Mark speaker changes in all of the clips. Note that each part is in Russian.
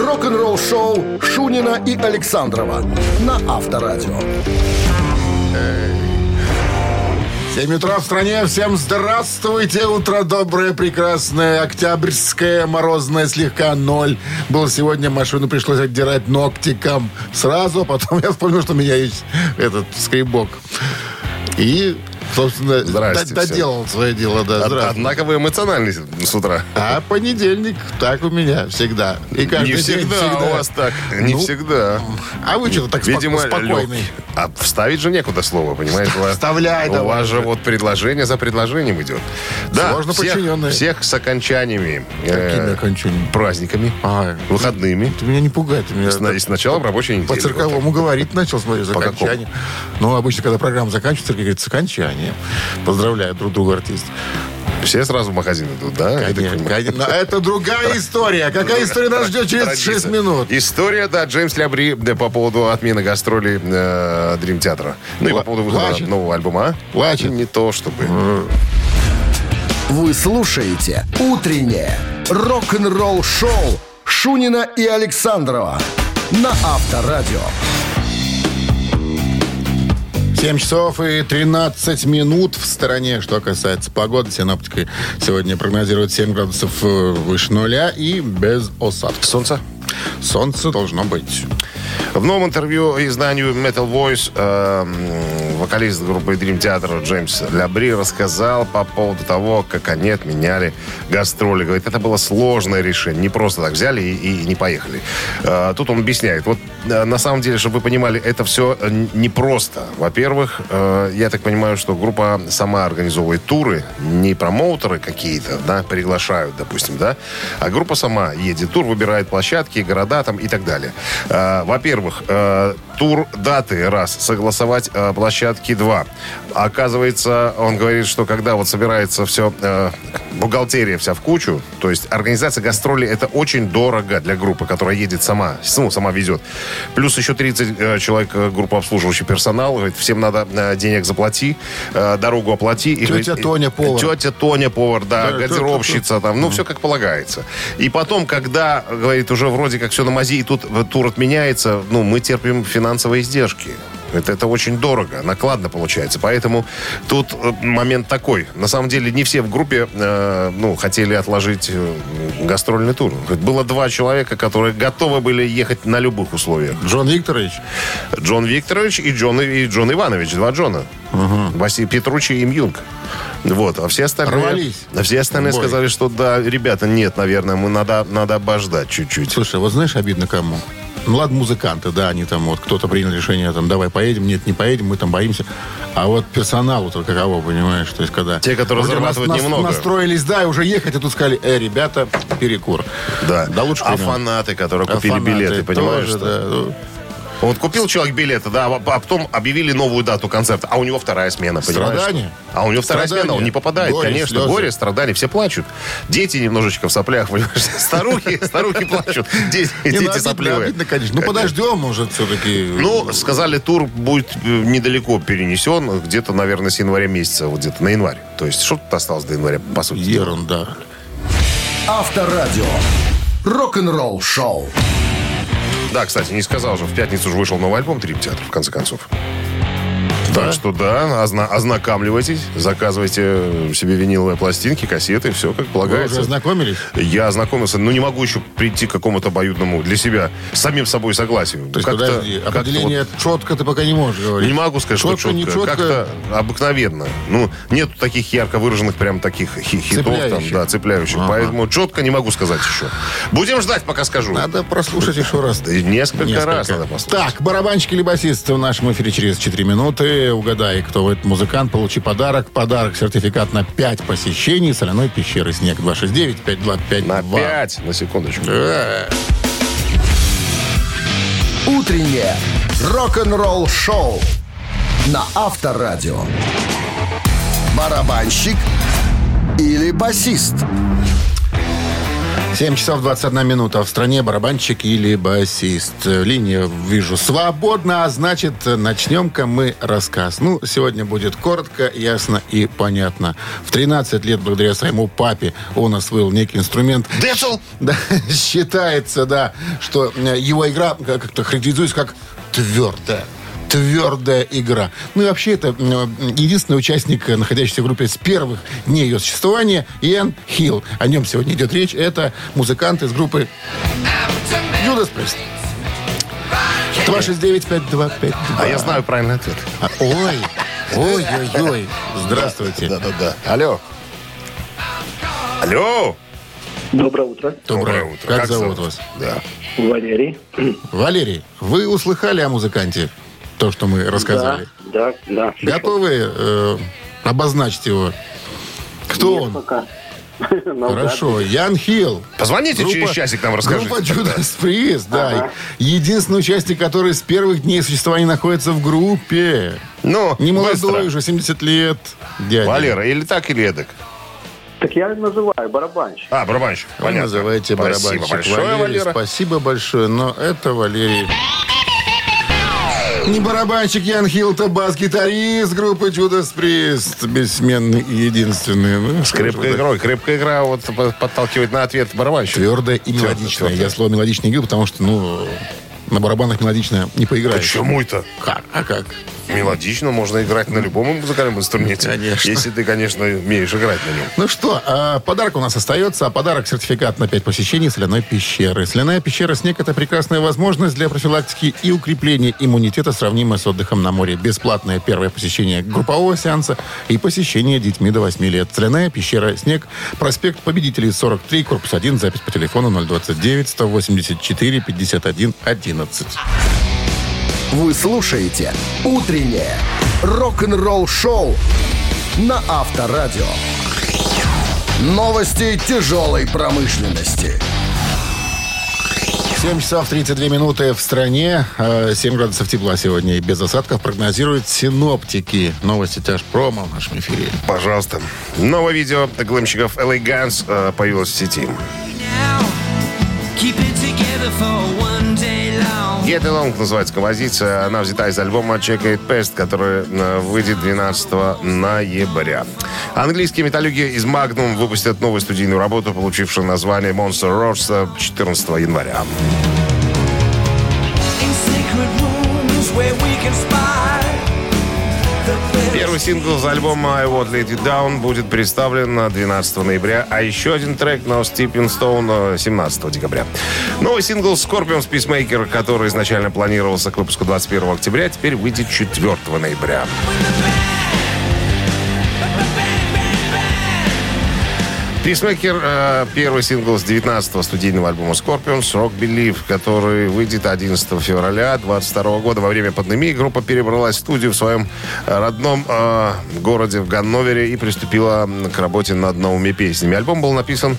Speaker 1: рок-н-ролл-шоу Шунина и Александрова на Авторадио.
Speaker 2: 7 утра в стране. Всем здравствуйте. Утро доброе, прекрасное, октябрьское, морозное, слегка ноль. Был сегодня, машину пришлось отдирать ногтиком сразу, а потом я вспомнил, что у меня есть этот скребок. И, собственно, д-
Speaker 3: Здрасте,
Speaker 2: доделал свое дело. Да,
Speaker 3: Од-
Speaker 2: здравствуйте.
Speaker 3: Однако вы эмоциональны с утра.
Speaker 2: А понедельник так у меня всегда. И каждый
Speaker 3: Не
Speaker 2: день
Speaker 3: всегда, а у вас так. Не
Speaker 2: Ну,
Speaker 3: всегда.
Speaker 2: А вы что-то так спо-
Speaker 3: Видимо,
Speaker 2: спокойный.
Speaker 3: лёгкий. А вставить же некуда слово, понимаешь? У вас-
Speaker 2: Вставляй
Speaker 3: У
Speaker 2: давай.
Speaker 3: вас же вот предложение за предложением идет. Да,
Speaker 2: Сложно
Speaker 3: всех,
Speaker 2: подчиненные.
Speaker 3: всех с окончаниями. э,
Speaker 2: Какими окончаниями?
Speaker 3: Праздниками,
Speaker 2: А,
Speaker 3: выходными. Ну,
Speaker 2: Ты меня не пугай, ты меня
Speaker 3: С, на- и с началом рабочей недели.
Speaker 2: По цирковому говорить начал, смотри, за
Speaker 3: По какому?
Speaker 2: окончание. Ну, обычно, когда программа заканчивается, цирк говорит, с окончанием. Поздравляю друг друга артист.
Speaker 3: Вот. Все сразу в магазин идут, да? Я так
Speaker 2: Конечно,
Speaker 3: понимаю.
Speaker 2: конечно. Это другая история. Какая история нас ждет через
Speaker 3: Традиция.
Speaker 2: 6 минут?
Speaker 3: История, да, Джеймс Лябри да, по поводу отмены гастролей э, Дрим Театра. Ну и
Speaker 2: Пла-
Speaker 3: по поводу выхода
Speaker 2: плачет?
Speaker 3: нового альбома. а?
Speaker 2: Плачет?
Speaker 3: Не то чтобы.
Speaker 1: Вы слушаете «Утреннее рок-н-ролл-шоу» Шунина и Александрова на Авторадио.
Speaker 2: 7 часов и 13 минут в стороне, что касается погоды. Синоптики сегодня прогнозируют 7 градусов э, выше нуля и без осадков.
Speaker 3: Солнце?
Speaker 2: Солнце должно быть.
Speaker 3: В новом интервью изданию Metal Voice э, м, вокалист группы Dream Theater Джеймс Лябри рассказал по поводу того, как они отменяли гастроли. Говорит, это было сложное решение. Не просто так взяли и, и не поехали. Э, тут он объясняет. Вот э, на самом деле, чтобы вы понимали, это все непросто. Во-первых, э, я так понимаю, что группа сама организовывает туры, не промоутеры какие-то, да, приглашают, допустим, да, а группа сама едет тур, выбирает площадки, города там и так далее. Э, Во-первых, э, тур даты раз, согласовать э, площадки два. Оказывается, он говорит, что когда вот собирается все, бухгалтерия вся в кучу, то есть организация гастролей это очень дорого для группы, которая едет сама, ну, сама везет. Плюс еще 30 э, человек э, группа обслуживающий персонал, говорит, всем надо э, денег заплати, э, дорогу оплати. И,
Speaker 2: Тетя
Speaker 3: говорит, э,
Speaker 2: Тоня повар.
Speaker 3: Тетя Тоня повар, да,
Speaker 2: Да,
Speaker 3: газировщица там, ну, все как полагается. И потом, когда, говорит, уже вроде как все на мази, и тут э, тур отменяется, ну, мы терпим финансовые издержки. Это, это очень дорого, накладно получается. Поэтому тут э, момент такой. На самом деле не все в группе э, ну, хотели отложить э, гастрольный тур. Говорит, Было два человека, которые готовы были ехать на любых условиях.
Speaker 2: Джон Викторович,
Speaker 3: Джон Викторович и Джон, и Джон Иванович. Два Джона. Василий Петручи и Мьюнг. Вот, а все остальные...
Speaker 2: Рвались.
Speaker 3: А все остальные
Speaker 2: В бой.
Speaker 3: сказали, что да, ребята, нет, наверное, мы надо, надо обождать чуть-чуть.
Speaker 2: Слушай, вот знаешь, обидно кому? Ну ладно, музыканты, да, они там, вот кто-то принял решение, там, давай поедем, нет, не поедем, мы там боимся. А вот персоналу то каково, понимаешь, то есть когда...
Speaker 3: Те, которые
Speaker 2: вроде
Speaker 3: зарабатывают
Speaker 2: нас- нас-
Speaker 3: немного.
Speaker 2: Настроились, да, и уже ехать, а тут сказали, э, ребята, перекур.
Speaker 3: Да.
Speaker 2: Да лучше
Speaker 3: а
Speaker 2: поймем.
Speaker 3: фанаты, которые
Speaker 2: А
Speaker 3: купили
Speaker 2: фанаты
Speaker 3: билеты, понимаешь?
Speaker 2: тоже,
Speaker 3: что-
Speaker 2: да, ну,
Speaker 3: Вот купил человек билеты, да, а потом объявили новую дату концерта, а у него вторая смена, понимаешь?
Speaker 2: Страдания.
Speaker 3: что? А у него вторая
Speaker 2: Страдания.
Speaker 3: смена, он не попадает,
Speaker 2: Горе,
Speaker 3: конечно.
Speaker 2: слезы.
Speaker 3: Горе, страдания, все плачут. Дети немножечко в соплях, понимаешь? Старухи, старухи плачут, дети,
Speaker 2: не, ну,
Speaker 3: дети
Speaker 2: обидно,
Speaker 3: сопливые.
Speaker 2: обидно, конечно. Ну, подождем, может, все-таки.
Speaker 3: Ну, сказали, тур будет э, недалеко перенесен, где-то, наверное, с января месяца, вот где-то на январь. То есть что тут осталось до января, по сути?
Speaker 2: ерунда.
Speaker 1: Авторадио. Рок-н-ролл-шоу.
Speaker 3: Да, кстати, не сказал же, в пятницу же вышел новый альбом «Трип театр», в конце концов. Так что да, озна- ознакомливайтесь, заказывайте себе виниловые пластинки, кассеты, все как
Speaker 2: Вы уже
Speaker 3: полагается.
Speaker 2: ознакомились?
Speaker 3: Я ознакомился, но не могу еще прийти к какому-то обоюдному для себя, с самим собой согласию.
Speaker 2: То есть,
Speaker 3: Как-то-
Speaker 2: подожди,
Speaker 3: как-то
Speaker 2: определение четко ты пока не можешь
Speaker 3: вот
Speaker 2: говорить.
Speaker 3: Не могу сказать, что
Speaker 2: Четко,
Speaker 3: четко.
Speaker 2: не четко.
Speaker 3: Как-то обыкновенно. Ну, нету таких ярко выраженных прям таких хи- хитов, там,
Speaker 2: Цепляющих.
Speaker 3: да, цепляющих.
Speaker 2: Ага.
Speaker 3: Поэтому четко не могу сказать еще. Будем ждать, пока скажу.
Speaker 2: Надо прослушать еще раз.
Speaker 3: Да и Несколько,
Speaker 2: Несколько.
Speaker 3: раз надо послушать.
Speaker 2: Так, барабанщик или басист в нашем эфире через 4 минуты. Угадай, кто этот музыкант. Получи подарок. Подарок, сертификат на 5 посещений соляной пещеры «Снег» 269-5252.
Speaker 3: На пять, на секундочку.
Speaker 2: Э.
Speaker 1: Утреннее рок-н-ролл-шоу на Авторадио. Барабанщик или басист?
Speaker 2: 7 часов 21 минута. В стране барабанщик или басист. Линия, вижу, свободна, а значит, начнем-ка мы рассказ. Ну, сегодня будет коротко, ясно и понятно. В 13 лет, благодаря своему папе, он освоил некий инструмент.
Speaker 3: Децл!
Speaker 2: Да, считается, да, что э, его игра как-то характеризуется как твердая твердая игра. Ну и вообще это э, единственный участник, э, находящийся в группе с первых дней ее существования, Иэн Хилл. О нем сегодня идет речь. Это музыкант из группы Judas Priest. 269-5252.
Speaker 3: А я знаю правильный ответ.
Speaker 2: А, Ой, ой-ой-ой. Здравствуйте.
Speaker 3: Да-да-да. Алло. Алло.
Speaker 4: Доброе утро,
Speaker 2: Доброе
Speaker 3: Доброе
Speaker 2: утро. Как зовут вас?
Speaker 3: Да.
Speaker 4: Валерий.
Speaker 2: Валерий, вы услыхали о музыканте? То, что мы рассказали.
Speaker 4: Да, да, да.
Speaker 2: Готовы э, обозначить его? Кто
Speaker 4: Нет,
Speaker 2: он?
Speaker 4: пока.
Speaker 2: Хорошо, Ян Хилл.
Speaker 3: Позвоните через часик нам расскажите.
Speaker 2: Группа Judas Priest, да. Единственный участник, который с первых дней существования находится в группе.
Speaker 3: Ну,
Speaker 2: Не молодой
Speaker 3: быстро.
Speaker 2: уже, 70 лет. Дядя.
Speaker 3: Валера, или так, или эдак.
Speaker 4: Так я называю барабанщик.
Speaker 3: А, барабанщик.
Speaker 2: Вы
Speaker 3: Понятно.
Speaker 2: называете барабанщик.
Speaker 3: Спасибо большое,
Speaker 2: Валерий,
Speaker 3: Валера.
Speaker 2: Спасибо большое, но это Валерий... Не барабанщик Ян Хилл, то бас-гитарист группы Judas Priest. Бессменный и единственный. Ну,
Speaker 3: Крепкая игра, крепкая игра вот по- подталкивает на ответ барабанщик.
Speaker 2: Твердое и мелодичное.
Speaker 3: твердое.
Speaker 2: Я слово мелодичное не говорю, потому что, ну, на барабанах мелодичное не поиграешь.
Speaker 3: Почему это?
Speaker 2: Как? А как?
Speaker 3: Мелодично можно играть на любом музыкальном инструменте.
Speaker 2: Конечно.
Speaker 3: Если ты, конечно, умеешь играть на нем.
Speaker 2: Ну что, а, подарок у нас остается. А подарок сертификат на 5 посещений соляной пещеры. Соляная пещера «Снег» — это прекрасная возможность для профилактики и укрепления иммунитета, сравнимая с отдыхом на море. Бесплатное первое посещение группового сеанса и посещение детьми до 8 лет. Соляная пещера «Снег», проспект Победителей 43, корпус 1, запись по телефону 029-184-51-11.
Speaker 1: Вы слушаете «Утреннее рок-н-ролл-шоу» на Авторадио. Новости тяжелой промышленности.
Speaker 2: 7 часов 32 минуты в стране. Э, 7 градусов тепла сегодня и без осадков прогнозируют синоптики. Новости тяжпрома в нашем эфире.
Speaker 3: Пожалуйста. Новое видео глэмщиков LA Guns э, появилось в сети.
Speaker 5: Keep it together for one day long.
Speaker 3: Get Along называется композиция. Она взята из альбома Check It Pest, который э, выйдет 12 ноября. Английские металлюги из Magnum выпустят новую студийную работу, получившую название Monster Roars э, 14 января.
Speaker 5: In secret rooms where we can spy. The
Speaker 3: Первый сингл с альбома I Want Let You Down будет представлен на 12 ноября, а еще один трек на Stepping Stone э, 17 декабря. Новый сингл Scorpions Peacemaker, который изначально планировался к выпуску 21 октября, теперь выйдет 4 ноября. Peacemaker э, первый сингл с 19-го студийного альбома Scorpions Rock Believe, который выйдет 11 февраля 22 года. Во время пандемии группа перебралась в студию в своем э, родном э, городе в Ганновере и приступила м, к работе над новыми песнями. Альбом был написан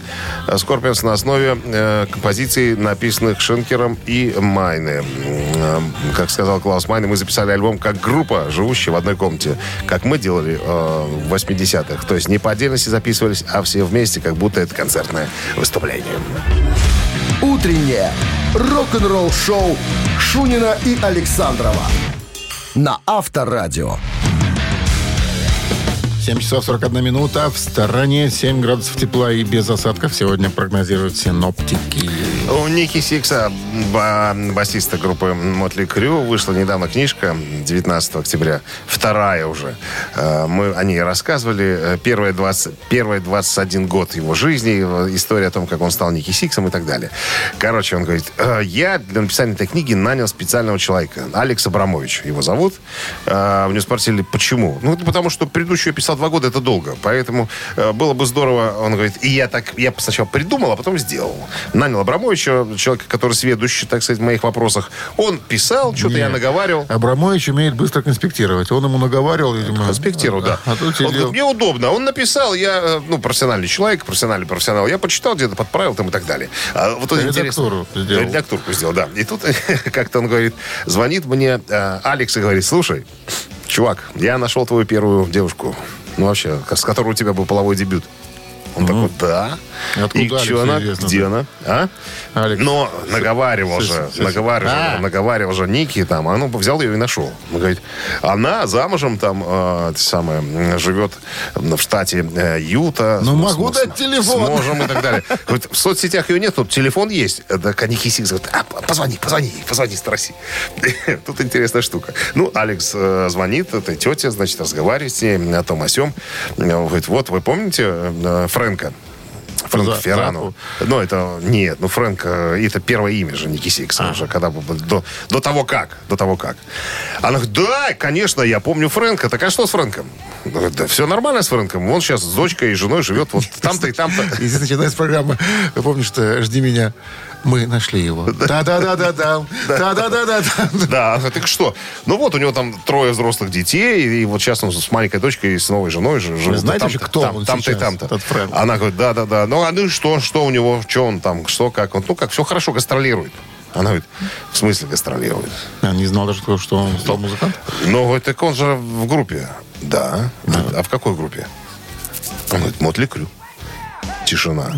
Speaker 3: э, Scorpions на основе э, композиций, написанных Шенкером и Майне. М, э, Как сказал Клаус Майне, мы записали альбом как группа, живущая в одной комнате, как мы делали э, в 80-х. То есть не по отдельности записывались, а все вместе, как будто это концертное выступление.
Speaker 1: «Утреннее рок-н-ролл-шоу» Шунина и Александрова на Авторадио.
Speaker 2: 7 часов 41 минута. В стороне 7 градусов тепла и без осадков сегодня прогнозируют синоптики.
Speaker 3: У Ники Сикса, ба- басиста группы Мотли Крю, вышла недавно книжка 19 октября, вторая уже. Э, Мы о ней рассказывали. Э, Первые, 20, первые 21 год его жизни, его история о том, как он стал Ники Сиксом и так далее. Короче, он говорит, «Э, я для написания этой книги нанял специального человека, Алекс Абрамович его зовут. Э, У него спросили, почему? Ну, это потому что предыдущую я писал два года, это долго. Поэтому э, было бы здорово, он говорит, и я так, я сначала придумал, а потом сделал. Нанял Абрамовича, человека, который сведущий, так сказать, в моих вопросах. Он писал, что-то я
Speaker 2: Не.
Speaker 3: наговаривал.
Speaker 2: Абрамович умеет быстро конспектировать. Он ему наговаривал, видимо.
Speaker 3: Конспектировал, да.
Speaker 2: А тут
Speaker 3: он
Speaker 2: или-
Speaker 3: говорит, мне удобно. Он написал, я, э, ну, профессиональный человек, профессиональный профессионал. Я почитал где-то, подправил там и так далее. А вот это
Speaker 2: Редактуру
Speaker 3: интересно.
Speaker 2: сделал.
Speaker 3: Редактурку сделал, да. И тут как-то он говорит, звонит мне э, Алекс и говорит, слушай, чувак, я нашел твою первую девушку. Ну, вообще, с которой у тебя был половой дебют. Он такой, да.
Speaker 2: Откуда
Speaker 3: и чё
Speaker 2: Алексу
Speaker 3: она?
Speaker 2: известно?
Speaker 3: Где она? А?
Speaker 2: Алекс.
Speaker 3: Но наговаривал
Speaker 2: с-
Speaker 3: же,
Speaker 2: с- с-
Speaker 3: наговаривал,
Speaker 2: А.
Speaker 3: наговаривал же Ники там, а ну, взял ее и нашел. Он говорит, она замужем там, э, это самое, м, живет в штате э, Юта.
Speaker 2: Ну,
Speaker 3: С-
Speaker 2: могу
Speaker 3: с-
Speaker 2: дать
Speaker 3: с-
Speaker 2: телефон.
Speaker 3: С мужем и так далее. Говорит, в соцсетях ее нет, тут телефон есть. Э, Так Ники Сикс говорит, а, позвони, позвони, позвони, спроси. Тут интересная штука. Ну, Алекс э, звонит этой тете, значит, разговаривает с ней о том, о сём. Э, Говорит, вот, вы помните э, Фрэнка? Фрэнк
Speaker 2: За-
Speaker 3: Феррану. Ну, это... Нет, ну, Фрэнк... э, Это первое имя же Ники Сикса
Speaker 2: А.
Speaker 3: уже, когда... бы- До, до того как. До того как. Она говорит, да, конечно, я помню Фрэнка. Так а что с Фрэнком? Она говорит, да все нормально с Фрэнком. Он сейчас с дочкой и женой живет вот там-то и там-то.
Speaker 2: И здесь начинается программа. Вы помните, что «Жди меня». Мы нашли его. Да-да-да-да-да. Да-да-да-да.
Speaker 3: Да, она говорит, так что? Ну вот, у него там трое взрослых детей, и вот сейчас он с маленькой дочкой и с новой женой же живут.
Speaker 2: знаете
Speaker 3: Там-то,
Speaker 2: же, кто
Speaker 3: там,
Speaker 2: он
Speaker 3: Там-то и
Speaker 2: сейчас,
Speaker 3: там-то.
Speaker 2: этот Фрэнк?
Speaker 3: Она говорит, да-да-да. Ну, а ну и что? Что у него? Что он там? Что, как он? Ну, как, все хорошо, гастролирует. Она говорит, в смысле гастролирует?
Speaker 2: Я А не знал даже, что он стал музыкантом.
Speaker 3: Ну, говорит, так он же в группе. Да. Говорит, А в какой группе? Он говорит, Мотли Крю. Тишина.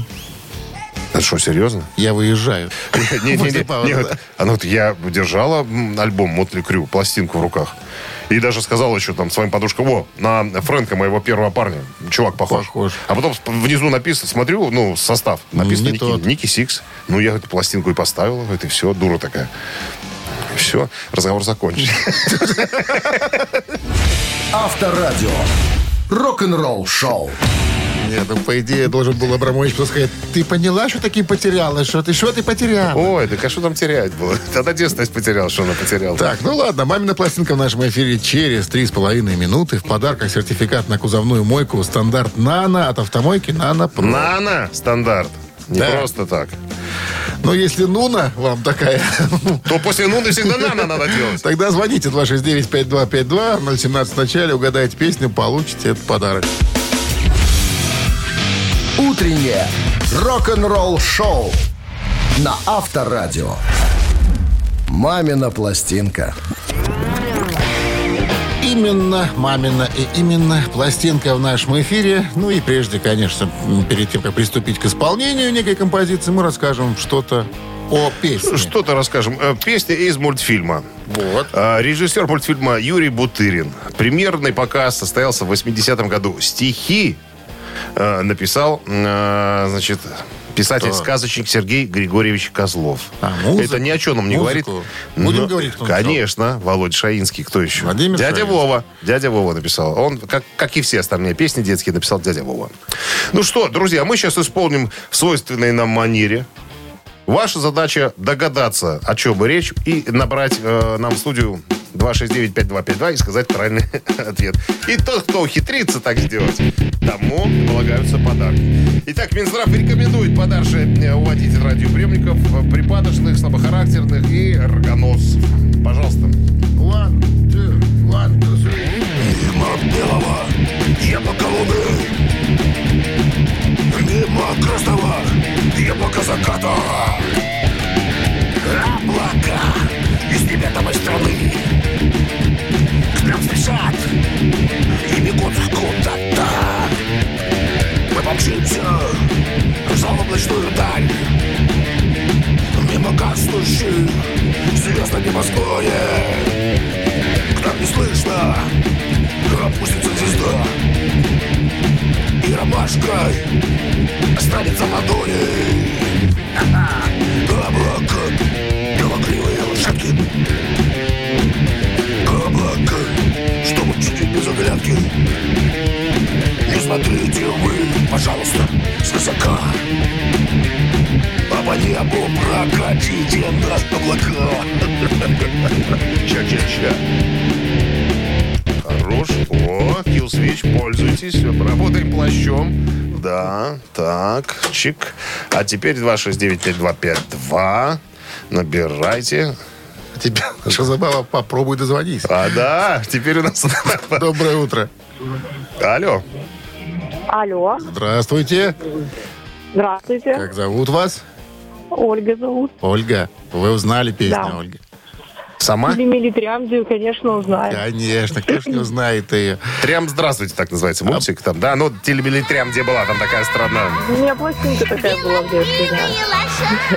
Speaker 3: Это что, серьезно?
Speaker 2: Я выезжаю.
Speaker 3: Не, не, не,
Speaker 2: После
Speaker 3: не,
Speaker 2: паузы,
Speaker 3: вот,
Speaker 2: да.
Speaker 3: Она вот, я держала м, альбом Мотли Крю, пластинку в руках. И даже сказала еще там своим подружкам, о, на Фрэнка, моего первого парня, чувак похож.
Speaker 2: Похож.
Speaker 3: А потом сп- внизу написано, смотрю, ну, состав, написано
Speaker 2: Не
Speaker 3: Ники,
Speaker 2: тот.
Speaker 3: Ники Сикс. Ну, я эту пластинку и поставила, говорит, и все, дура такая. И все, разговор закончен.
Speaker 1: Авторадио. Рок-н-ролл шоу.
Speaker 2: Нет, ну, по идее, должен был Абрамович просто сказать, ты поняла, что таки потеряла? Что ты, что ты потеряла?
Speaker 3: Ой, да а что там терять было? Тогда девственность потерял, что она потеряла.
Speaker 2: Так, ну ладно, мамина пластинка в нашем эфире через 3,5 минуты. В подарках сертификат на кузовную мойку стандарт «Нано» от автомойки «Нано Про».
Speaker 3: Нана стандарт. Не
Speaker 2: Да.
Speaker 3: просто так.
Speaker 2: Но если «Нуна» вам такая,
Speaker 3: То после нуны всегда нана надо делать.
Speaker 2: тогда звоните 269-5252, 017 в начале, угадайте песню, получите этот подарок.
Speaker 1: Утреннее рок-н-ролл шоу на Авторадио. Мамина пластинка.
Speaker 2: Именно мамина и именно пластинка в нашем эфире. Ну и прежде, конечно, м, перед тем, как приступить к исполнению некой композиции, мы расскажем что-то о песне.
Speaker 3: Что-то расскажем. Э, Песня из мультфильма.
Speaker 2: Вот.
Speaker 3: Э, Режиссер мультфильма Юрий Бутырин. Примерный показ состоялся в 80-м году. Стихи э, написал, э, значит, писатель-сказочник Сергей Григорьевич Козлов.
Speaker 2: А, музыку?
Speaker 3: Это ни о чем нам не
Speaker 2: Музыку?
Speaker 3: говорит.
Speaker 2: Будем говорить, кто написал?
Speaker 3: Конечно, Володь Шаинский, кто еще?
Speaker 2: Владимир
Speaker 3: Дядя
Speaker 2: Шаинский.
Speaker 3: Вова. Дядя Вова написал. Он, как, как и все остальные песни детские, написал дядя Вова. Ну что, друзья, мы сейчас исполним в свойственной нам манере Ваша задача догадаться, о чем речь, и набрать э, нам в студию 269-5252 и сказать правильный ответ. И тот, кто ухитрится так сделать, тому полагаются подарки. Итак, Минздрав рекомендует подальше э, уводить от радиоприемников э, припадочных, слабохарактерных и рогоносцев. Пожалуйста.
Speaker 2: One, two, one, two, three.
Speaker 6: Мимо белого яблоко луны Мимо красного яблоко заката Облака из неведомой страны К нам спешат и бегут куда-то Мы помчимся в заоблачную даль Мимо гаснущих звезд на небосклоне К нам не слышно Опустится звезда И ромашкой Останется ладони Облака Белокривые лошадки Облака Чтобы чуть без оглядки Не смотрите вы, пожалуйста, с высока А по небу прокатите нас облака
Speaker 3: Ча-ча-ча. Хорош. О, килл-свич, пользуйтесь. Работаем плащом. Да, так, чик. А теперь 269-5252. Набирайте.
Speaker 2: А Тебя, наша забава, попробуй дозвонись.
Speaker 3: А да, теперь у нас...
Speaker 2: Доброе утро.
Speaker 3: Алло.
Speaker 7: Алло,
Speaker 2: Здравствуйте.
Speaker 7: здравствуйте.
Speaker 2: Как зовут вас?
Speaker 7: Ольга зовут.
Speaker 2: Ольга. Вы узнали песню
Speaker 7: Да.
Speaker 2: Ольги.
Speaker 3: Сама?
Speaker 7: Или Милитриамдию, конечно, узнаю.
Speaker 2: Конечно, кто ж не узнает ее.
Speaker 3: Трям, здравствуйте, так называется мультик там, да? Ну, телемилитрям, где была, там такая страна.
Speaker 7: У меня пластинка такая была в детстве, да.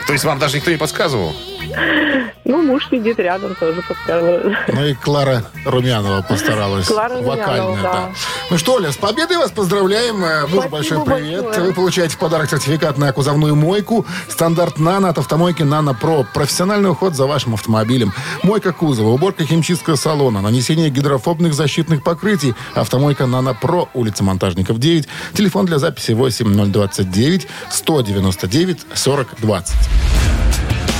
Speaker 3: То есть вам даже никто не подсказывал?
Speaker 7: Ну, муж сидит рядом, тоже подсказывает.
Speaker 2: Ну и Клара Румянова постаралась.
Speaker 7: Клара Румянова,
Speaker 2: Вокально, да.
Speaker 7: да.
Speaker 2: Ну что, Оля, с победой вас поздравляем. Э, Мужу
Speaker 7: Спасибо
Speaker 2: большой привет.
Speaker 7: большое.
Speaker 2: Вы получаете в подарок сертификат на кузовную мойку. Стандарт «Нано» от автомойки «Нано Про». Профессиональный уход за вашим автомобилем. Мойка кузова, уборка химчистка салона, нанесение гидрофобных защитных покрытий. Автомойка «Нано Про», улица Монтажников, 9. Телефон для записи 8029 199 4020.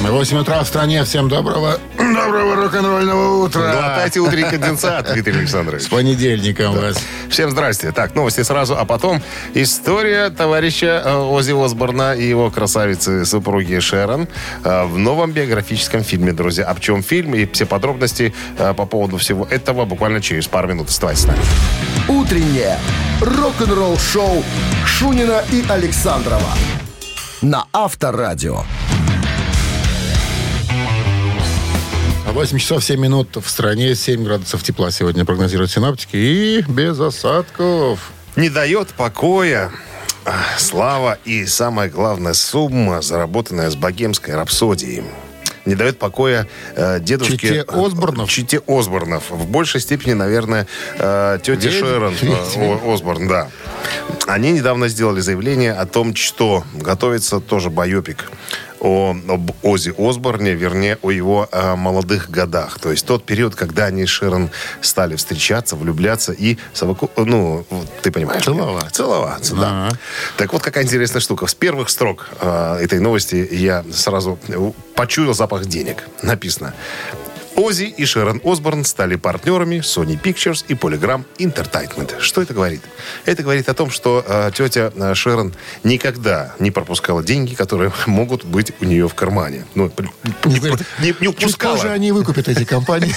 Speaker 2: 8 утра в стране. Всем доброго, доброго рок-н-ролльного утра.
Speaker 3: Глотайте Ну, утренний конденсат, Дмитрий Александрович.
Speaker 2: С понедельником вас.
Speaker 3: Всем здрасте. Так, новости сразу, а потом история товарища э, Ози Осборна и его красавицы супруги Шерон э, в новом биографическом фильме, друзья. Об чем фильм и все подробности э, по поводу всего этого буквально через пару минут. Оставайтесь с нами.
Speaker 1: «Утреннее рок-н-ролл-шоу» Шунина и Александрова на Авторадио.
Speaker 2: 8 часов 7 минут в стране, 7 градусов тепла сегодня прогнозируют синаптики. И без осадков.
Speaker 3: Не дает покоя а, слава и, самое главное, сумма, заработанная с богемской рапсодией. Не дает покоя э, дедушке...
Speaker 2: Чите Осборнов?
Speaker 3: Чите Осборнов. В большей степени, наверное, э, тете
Speaker 2: Ведьм?
Speaker 3: Шерон э, О- Осборн, да. Они недавно сделали заявление о том, что готовится тоже байопик о об Ози Осборне, вернее, о его э, молодых годах. То есть тот период, когда они с Шерон стали встречаться, влюбляться и совоку... Ну, вот ты понимаешь.
Speaker 2: Целоваться.
Speaker 3: Целоваться, да. Так вот, какая интересная штука. С первых строк э, этой новости я сразу почуял запах денег. Написано. Ози и Шерон Осборн стали партнерами Sony Pictures и Polygram Entertainment. Что это говорит? Это говорит о том, что э, тетя э, Шерон никогда не пропускала деньги, которые могут быть у нее в кармане. Ну, при- не, не- не
Speaker 2: Чуть
Speaker 3: упускала.
Speaker 2: позже они выкупят эти компании.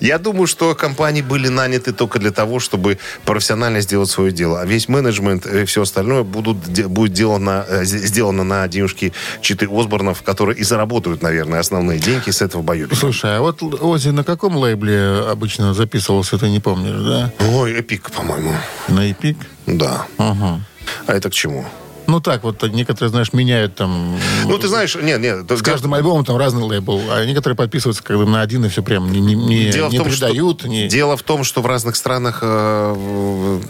Speaker 3: Я думаю, что компании были наняты только для того, чтобы профессионально сделать свое дело. А весь менеджмент и все остальное будут, де- будет делано, э, з- сделано на денежки Читы Осборнов, которые и заработают, наверное, основные деньги с этого боюка.
Speaker 2: Слушай, а вот Л- Ози на каком лейбле обычно записывался, ты не помнишь, да?
Speaker 3: Ой, эпик, по-моему.
Speaker 2: На Эпик?
Speaker 3: Да.
Speaker 2: Ага.
Speaker 3: А это к чему?
Speaker 2: Ну так, вот некоторые, знаешь, меняют там...
Speaker 3: Ну, ты знаешь, нет, нет.
Speaker 2: С каждым альбомом там разный лейбл, а некоторые подписываются как бы на один и все прям не, не, не-
Speaker 3: Дело,
Speaker 2: не
Speaker 3: в том,
Speaker 2: придают.
Speaker 3: что,
Speaker 2: не-
Speaker 3: дело в том, что в разных странах э, в-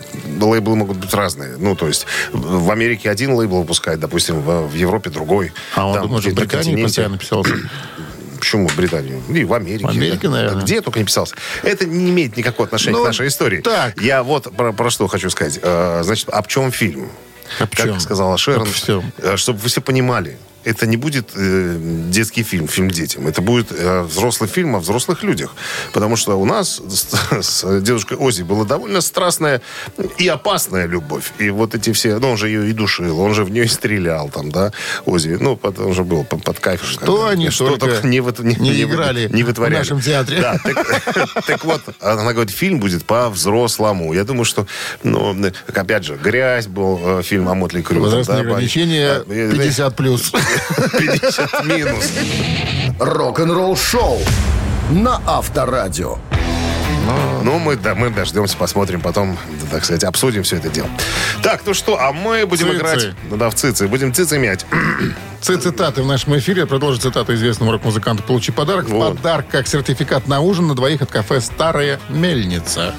Speaker 3: лейблы могут быть разные. Ну, то есть в Америке один лейбл выпускает, допустим, в, в Европе другой.
Speaker 2: А он,
Speaker 3: Там
Speaker 2: думаешь, в
Speaker 3: где-то на
Speaker 2: Британии
Speaker 3: континенте.
Speaker 2: постоянно писался.
Speaker 3: Почему в Британию? Ну, И в Америке.
Speaker 2: В Америке, наверное.
Speaker 3: Где я только не писался. Это не имеет никакого отношения
Speaker 2: Ну,
Speaker 3: к нашей истории.
Speaker 2: так.
Speaker 3: Я вот про, про что хочу сказать. Э, Значит, об чем фильм?
Speaker 2: Об чем?
Speaker 3: Как сказала Шерон.
Speaker 2: Об всем.
Speaker 3: э, Чтобы вы все понимали. Это не будет э, детский фильм, фильм детям. Это будет э, взрослый фильм о взрослых людях. Потому что у нас с, с дедушкой Ози была довольно страстная и опасная любовь. И вот эти все... Ну, он же ее и душил, он же в нее и стрелял там, да, Ози. Ну, под- он же был под, под кайфом.
Speaker 2: Что они
Speaker 3: Что
Speaker 2: только
Speaker 3: только не, вот- не,
Speaker 2: не
Speaker 3: не-
Speaker 2: играли
Speaker 3: не вытворяли.
Speaker 2: в нашем театре.
Speaker 3: Да, так, так вот, она говорит, фильм будет по-взрослому. Я думаю, что, ну, как опять же, «Грязь» был э, фильм о Мотли Крю.
Speaker 2: Возрастные
Speaker 3: Да,
Speaker 2: ограничения
Speaker 3: э, э,
Speaker 2: 50 плюс.
Speaker 3: 50 минус.
Speaker 1: Рок-н-ролл-шоу на Авторадио.
Speaker 3: Ну, мы, да, мы дождемся, посмотрим потом, да, так сказать, обсудим все это дело. Так, ну что, а мы будем
Speaker 2: Цицы.
Speaker 3: играть... Ну Да, в цицы. Будем цицы мять.
Speaker 2: Ц- Цитаты в нашем эфире. Продолжит цитата известного рок-музыканта. Получи подарок.
Speaker 3: Вот.
Speaker 2: Подарок как сертификат на ужин на двоих от кафе «Старая мельница».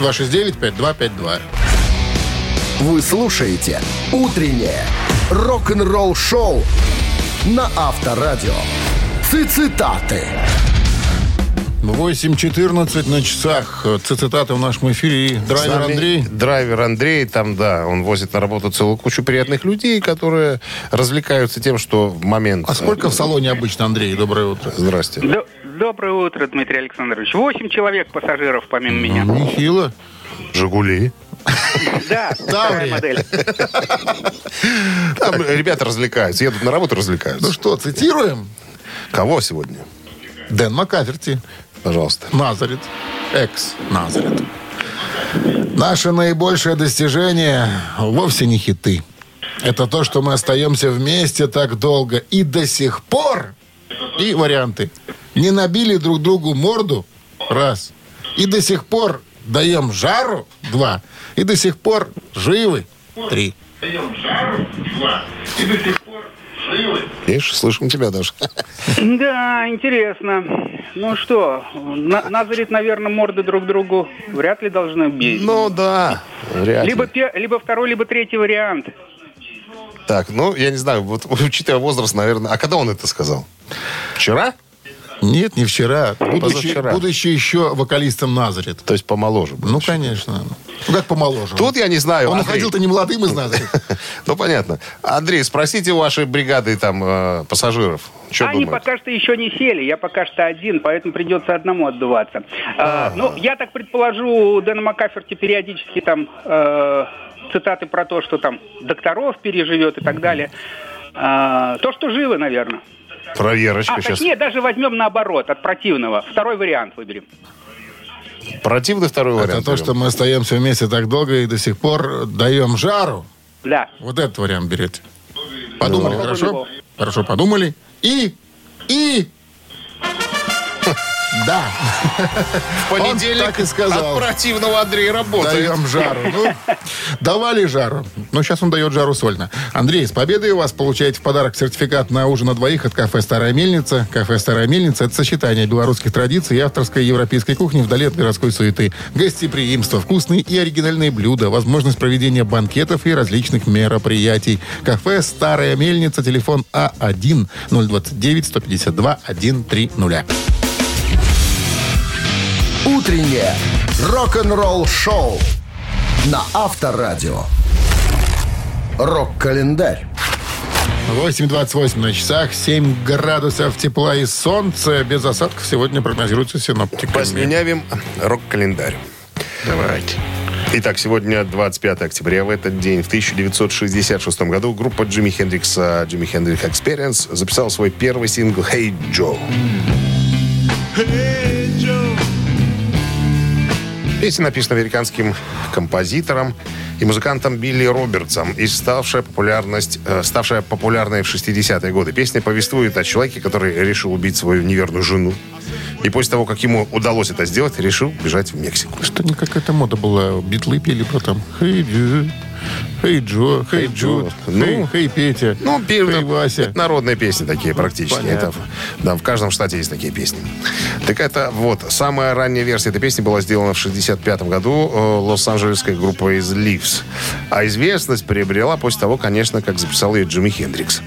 Speaker 2: 269-5252.
Speaker 1: Вы слушаете «Утреннее рок-н-ролл-шоу» на Авторадио. Цитаты.
Speaker 2: 8.14 на часах. Ц- Цитаты в нашем эфире. И
Speaker 3: С
Speaker 2: драйвер
Speaker 3: нами
Speaker 2: Андрей.
Speaker 3: Драйвер Андрей, там, да, он возит на работу целую кучу приятных людей, которые развлекаются тем, что в момент... э,
Speaker 2: А сколько в салоне обычно, Андрей? Доброе утро.
Speaker 3: Здрасте.
Speaker 8: До- Доброе утро, Дмитрий Александрович. Восемь человек пассажиров помимо меня.
Speaker 2: Нехило.
Speaker 3: «Жигули».
Speaker 8: Да, вторая
Speaker 2: Таврия.
Speaker 8: модель.
Speaker 3: Там ребята развлекаются, едут на работу, развлекаются.
Speaker 2: Ну что, цитируем?
Speaker 3: Кого сегодня?
Speaker 2: Дэн Маккаферти.
Speaker 3: Пожалуйста.
Speaker 2: Назарет. Экс Назарет. Наше наибольшее достижение вовсе не хиты. Это то, что мы остаемся вместе так долго и до сих пор. И варианты. Не набили друг другу морду. Раз. И до сих пор даем жару. Два. И до сих пор живы. Три.
Speaker 3: Видишь, слышим тебя даже.
Speaker 8: Да, интересно. Ну что, на- Назарит, наверное, морды друг другу вряд ли должны бить.
Speaker 3: Ну да, вряд ли.
Speaker 8: Либо, пе- либо второй, либо третий вариант.
Speaker 3: Так, ну, я не знаю, вот учитывая возраст, наверное... А когда он это сказал? Вчера?
Speaker 2: Нет, не вчера. Будучи,
Speaker 3: Позавчера.
Speaker 2: будучи еще вокалистом Назарет.
Speaker 3: То есть помоложе был.
Speaker 2: Ну, конечно. Ну, как помоложе.
Speaker 3: Тут я не знаю,
Speaker 2: Он
Speaker 3: Андрей.
Speaker 2: уходил-то не молодым из Назарет.
Speaker 3: Ну, понятно. Андрей, спросите у вашей бригады там э, пассажиров. Что
Speaker 8: Они
Speaker 3: думают?
Speaker 8: пока что еще не сели, я пока что один, поэтому придется одному отдуваться. А, ну, я так предположу, Дэн Макаферти периодически там э, цитаты про то, что там докторов переживет и так далее. А, то, что живы, наверное.
Speaker 3: Проверочка
Speaker 8: А,
Speaker 3: сейчас.
Speaker 8: точнее, даже возьмем наоборот, от противного. Второй вариант выберем.
Speaker 3: Противный второй
Speaker 2: Это
Speaker 3: вариант.
Speaker 2: а то, что мы остаемся вместе так долго и до сих пор даем жару.
Speaker 8: Да.
Speaker 2: Вот этот вариант берете. Подумали,
Speaker 8: Ну.
Speaker 2: хорошо? Хорошо, подумали. И, и... Да,
Speaker 3: в
Speaker 2: он так и сказал.
Speaker 3: от противного Андрей работает.
Speaker 2: даем жару. Ну, давали жару. Но сейчас он дает жару сольно. Андрей, с победой у вас получаете в подарок сертификат на ужин на двоих от кафе «Старая мельница». Кафе «Старая мельница» — это сочетание белорусских традиций и авторской европейской кухни вдали от городской суеты. Гостеприимство, вкусные и оригинальные блюда, возможность проведения банкетов и различных мероприятий. Кафе «Старая мельница», телефон А А1-029-152-130.
Speaker 1: Утреннее рок-н-ролл-шоу на Авторадио. Рок-календарь.
Speaker 2: 8.28 на часах, 7 градусов тепла и солнце. Без осадков сегодня прогнозируется синоптиками.
Speaker 3: Послюнявим рок-календарь.
Speaker 2: Давайте.
Speaker 3: Итак, сегодня 25 октября. В этот день, в 1966 году, группа Джимми Хендрикса «Джимми Хендрик Experience записала свой первый сингл «Hey Joe». Песня написана американским композитором и музыкантом Билли Робертсом и ставшая, популярность, э, ставшая популярной в 60-е годы. Песня повествует о человеке, который решил убить свою неверную жену. И после того, как ему удалось это сделать, решил бежать в Мексику.
Speaker 2: Что не какая-то мода была? Битлы пели про там «Хей Джо, хей Джо, хей Джуд,
Speaker 3: Ну,
Speaker 2: хей, хей Петя,
Speaker 3: Ну, пе-
Speaker 2: хей Вася».
Speaker 3: это народные песни такие практически.
Speaker 2: Понятно.
Speaker 3: Это в- да, в каждом штате есть такие песни. Так это вот, самая ранняя версия этой песни была сделана в 65 году э, лос-анджелесской группой из Leaves. А известность приобрела после того, конечно, как записал ее Джимми Хендрикс.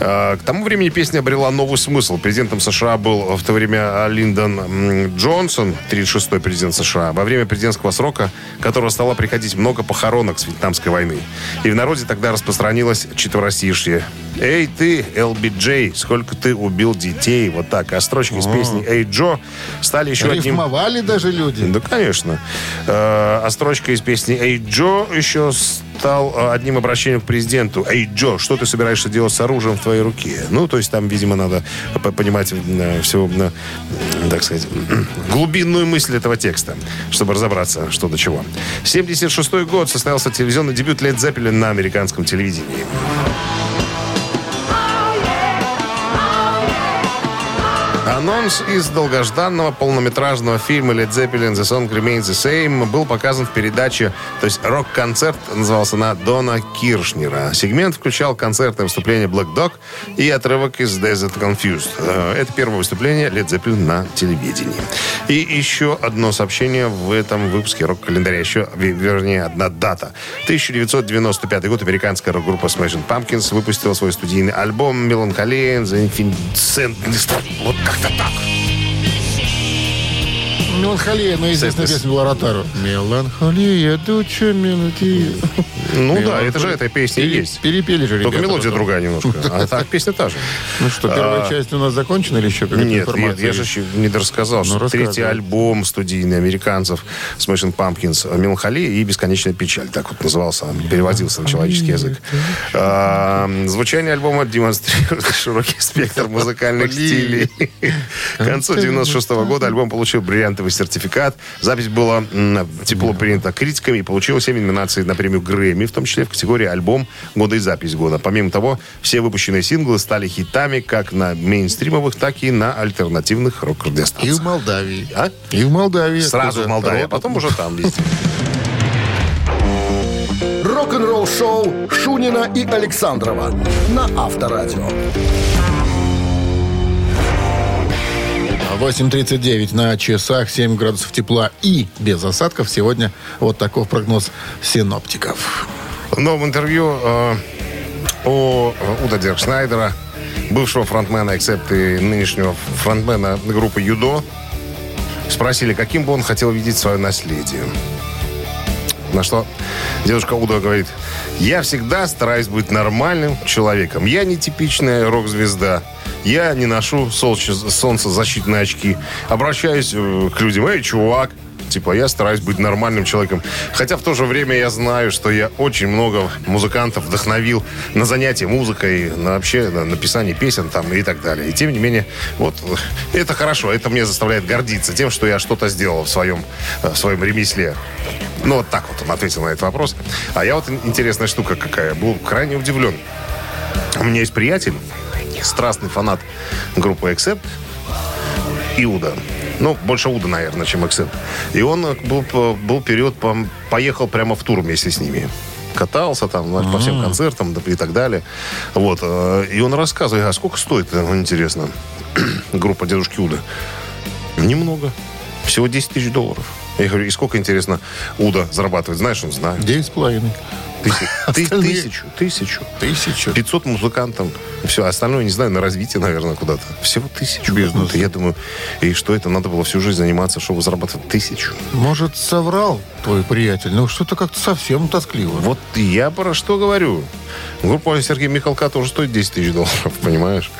Speaker 3: Э, К тому времени песня обрела новый смысл. Президентом США был в то время Линдон м, Джонсон, 36-й президент США, во время президентского срока, которого стало приходить много похоронок с Вьетнамской войны. И в народе тогда распространилось четверостишье. «Эй ты, LBJ, сколько ты убил детей!» Вот так. А строчки из песни «Эй, Джо» стали еще одним...
Speaker 2: Рифмовали даже люди.
Speaker 3: Да, конечно. Э, А строчка из песни «Эй, Джо» еще стал э, одним обращением к президенту. «Эй, Джо, что ты собираешься делать с оружием в твоей руке?» Ну, то есть там, видимо, надо п- понимать э, всю, э, так сказать, глубинную мысль этого текста, чтобы разобраться, что до чего. 76 год состоялся телевизионный дебют Лед Зеппелин на американском телевидении. Анонс из долгожданного полнометражного фильма Led Zeppelin The Song Remains the Same был показан в передаче, то есть рок-концерт назывался на Дона Киршнера. Сегмент включал концертное выступление Black Dog и отрывок из Desert Confused. Э, Это первое выступление Led Zeppelin на телевидении. И еще одно сообщение в этом выпуске рок-календаря. Еще, ве- вернее, одна дата. 1995 год американская рок-группа Smashing Pumpkins выпустила свой студийный альбом «Меланхолия The Infinite». Вот как-то так.
Speaker 2: Меланхолия, но известная
Speaker 3: Сэтлес.
Speaker 2: песня была Ротару. Меланхолия, дуча, мелодия.
Speaker 3: Ну
Speaker 2: И
Speaker 3: да,
Speaker 2: он
Speaker 3: это же эта песня и
Speaker 2: пере-
Speaker 3: есть.
Speaker 2: Перепели же ребята
Speaker 3: Только мелодия
Speaker 2: потом.
Speaker 3: другая немножко. А так песня та же.
Speaker 2: Ну что, первая
Speaker 3: А.
Speaker 2: часть у нас закончена или еще какая-то
Speaker 3: Нет, я,
Speaker 2: информация?
Speaker 3: я же
Speaker 2: есть? Ну,
Speaker 3: еще не дорассказал, что
Speaker 2: рассказывай.
Speaker 3: третий альбом студийный американцев Smashing Pumpkins «Меланхоли» и «Бесконечная печаль». Так вот назывался, он переводился на человеческий язык. А, звучание альбома демонстрирует широкий спектр музыкальных стилей. К концу 96 года альбом получил бриллиантовый сертификат. Запись была м, тепло принята критиками и получила 7 номинаций на премию Грэмми, в том числе в категории «Альбом года и запись года». Помимо того, все выпущенные синглы стали хитами как на мейнстримовых, так и на альтернативных
Speaker 2: И в
Speaker 3: рок-радиостанциях.
Speaker 2: Молдавии.
Speaker 3: А?
Speaker 2: И в Молдавии.
Speaker 3: Сразу
Speaker 2: откуда?
Speaker 3: в Молдавии, а
Speaker 2: Ротор.
Speaker 3: потом уже там везде.
Speaker 1: Рок-н-ролл-шоу Шунина и Александрова на Авторадио.
Speaker 2: А 8.39 на часах, 7 градусов тепла и без осадков. Сегодня вот таков прогноз синоптиков.
Speaker 3: В новом интервью э, у Уда Диркшнайдера, бывшего фронтмена «Эксепт» и нынешнего фронтмена группы «Юдо», спросили, каким бы он хотел видеть свое наследие. На что дедушка Уда говорит, я всегда стараюсь быть нормальным человеком. Я не типичная рок-звезда. Я не ношу солнце- солнцезащитные очки. Обращаюсь э, к людям, эй, чувак, типа я стараюсь быть нормальным человеком. Хотя в то же время я знаю, что я очень много музыкантов вдохновил на занятия музыкой, на вообще на написание песен там и так далее. И тем не менее, вот э, это хорошо, это мне заставляет гордиться тем, что я что-то сделал в своем, э, в своем ремесле. Ну, вот так вот он ответил на этот вопрос. А я вот ин- интересная штука какая. Был крайне удивлен. У меня есть приятель, страстный фанат группы Accept, Иуда. Ну, больше Уда, наверное, чем Accept. И он э, был, по- был период, пом- поехал прямо в тур вместе с ними. Катался там знаешь, по всем концертам да, и так далее. Вот. э, И он рассказывает, а сколько стоит, э, интересно, группа дедушки Уда? Немного. Всего 10 тысяч долларов. Я говорю, и сколько, интересно, Уда зарабатывает? Знаешь, он знает.
Speaker 2: 9,5.
Speaker 3: Тысячу. Ты-
Speaker 2: Остальные-
Speaker 3: Тысячу. Тысячу.
Speaker 2: Тысяча.
Speaker 3: 500 музыкантам. Все, остальное, не знаю, на развитие, наверное, куда-то. Всего тысячу.
Speaker 2: Бизнес.
Speaker 3: какую-то. Я думаю, и что это надо было всю жизнь заниматься, чтобы зарабатывать тысячу?
Speaker 2: Может, соврал твой приятель? Ну, что-то как-то совсем тоскливо.
Speaker 3: Вот я про что говорю. Группа Сергея Михалка тоже стоит 10 тысяч долларов, понимаешь?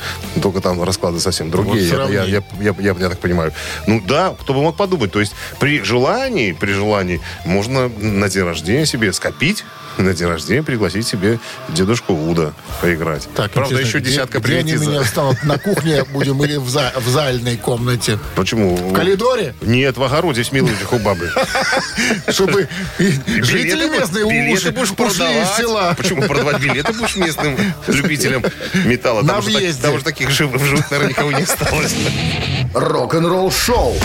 Speaker 3: Только там расклады совсем другие,
Speaker 2: Вот
Speaker 3: я, я- я- я- я- я так понимаю. Ну да, кто бы мог подумать. То есть при желании, при желании можно на день рождения себе скопить, на день рождения пригласить себе дедушку Уда поиграть. Правда,
Speaker 2: интересно,
Speaker 3: еще
Speaker 2: где-
Speaker 3: десятка
Speaker 2: где они
Speaker 3: прилетит. за-
Speaker 2: меня встанут? На кухне будем или в, за- в зальной комнате?
Speaker 3: Почему?
Speaker 2: В коридоре?
Speaker 3: Нет, в огороде с милостью у бабы.
Speaker 2: Чтобы и жители
Speaker 3: Билеты бу-
Speaker 2: местные
Speaker 3: билеты
Speaker 2: уши
Speaker 3: будешь
Speaker 2: ушли из
Speaker 3: продавать.
Speaker 2: села.
Speaker 3: Почему продавать билеты будешь местным любителям металла?
Speaker 2: На
Speaker 3: Там уже так-
Speaker 2: въезде.
Speaker 3: Там уже таких живых, живых, наверное, никого не осталось.
Speaker 1: Рок-н-ролл-шоу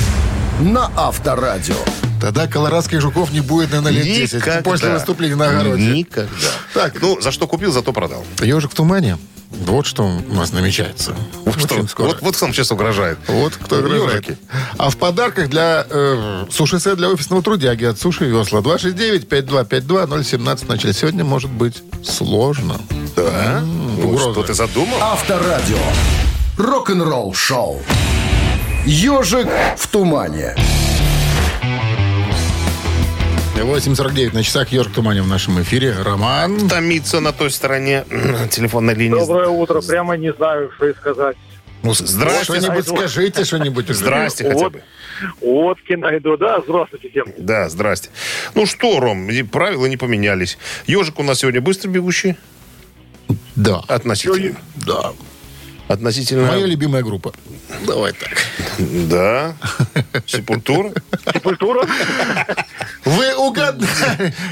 Speaker 1: на Авторадио.
Speaker 2: Тогда колорадских жуков не будет, наверное, лет 10 после
Speaker 3: Никогда.
Speaker 2: выступления на огороде.
Speaker 3: Никогда.
Speaker 2: Так.
Speaker 3: Так. Ну, за что купил, зато продал.
Speaker 2: Ежик в тумане. Вот что у нас намечается.
Speaker 3: Вот что,
Speaker 2: Очень скоро.
Speaker 3: вот, вот кто нам сейчас угрожает.
Speaker 2: Вот кто играет.
Speaker 3: Ежики.
Speaker 2: А в подарках для э, суши-сет для офисного трудяги от Суши Весла 269-5252-017 в начале. Сегодня может быть сложно.
Speaker 3: Да? Вот
Speaker 2: угроза.
Speaker 3: что ты задумал?
Speaker 1: Авторадио. Рок-н-ролл-шоу. Ежик в тумане.
Speaker 2: 8.49 на часах Ежик в Тумане в нашем эфире. Роман.
Speaker 3: Томится на той стороне телефонной линии.
Speaker 9: Доброе утро. Прямо не знаю, что и сказать.
Speaker 2: Ну,
Speaker 3: здрасте.
Speaker 2: Что-нибудь скажите, что-нибудь уже.
Speaker 3: Здрасте хотя
Speaker 9: Вот.
Speaker 3: бы.
Speaker 9: Водки найду. Да, здравствуйте всем.
Speaker 3: Да, здрасте. Ну что, Ром, и правила не поменялись. Ежик у нас сегодня быстро бегущий.
Speaker 2: Да.
Speaker 3: Относительно.
Speaker 2: А, Да.
Speaker 3: Относительно.
Speaker 2: Моя любимая группа. Давай так.
Speaker 3: Да. Сепультура.
Speaker 9: Культура?
Speaker 2: Вы угадали.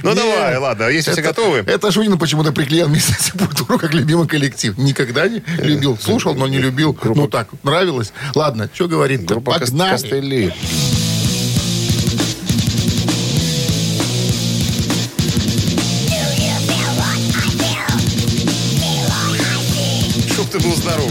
Speaker 3: Ну
Speaker 2: Не.
Speaker 3: давай, ладно, если все
Speaker 2: Это-
Speaker 3: готовы.
Speaker 2: Это Шунин почему-то приклеил вместе с Сепультуру как любимый коллектив. Никогда не
Speaker 3: Э,
Speaker 2: любил. Слушал, но не любил. Ну так, нравилось. Ладно, что говорит?
Speaker 3: Группа
Speaker 2: Погнали.
Speaker 3: Костыли. Чтоб ты был здоров.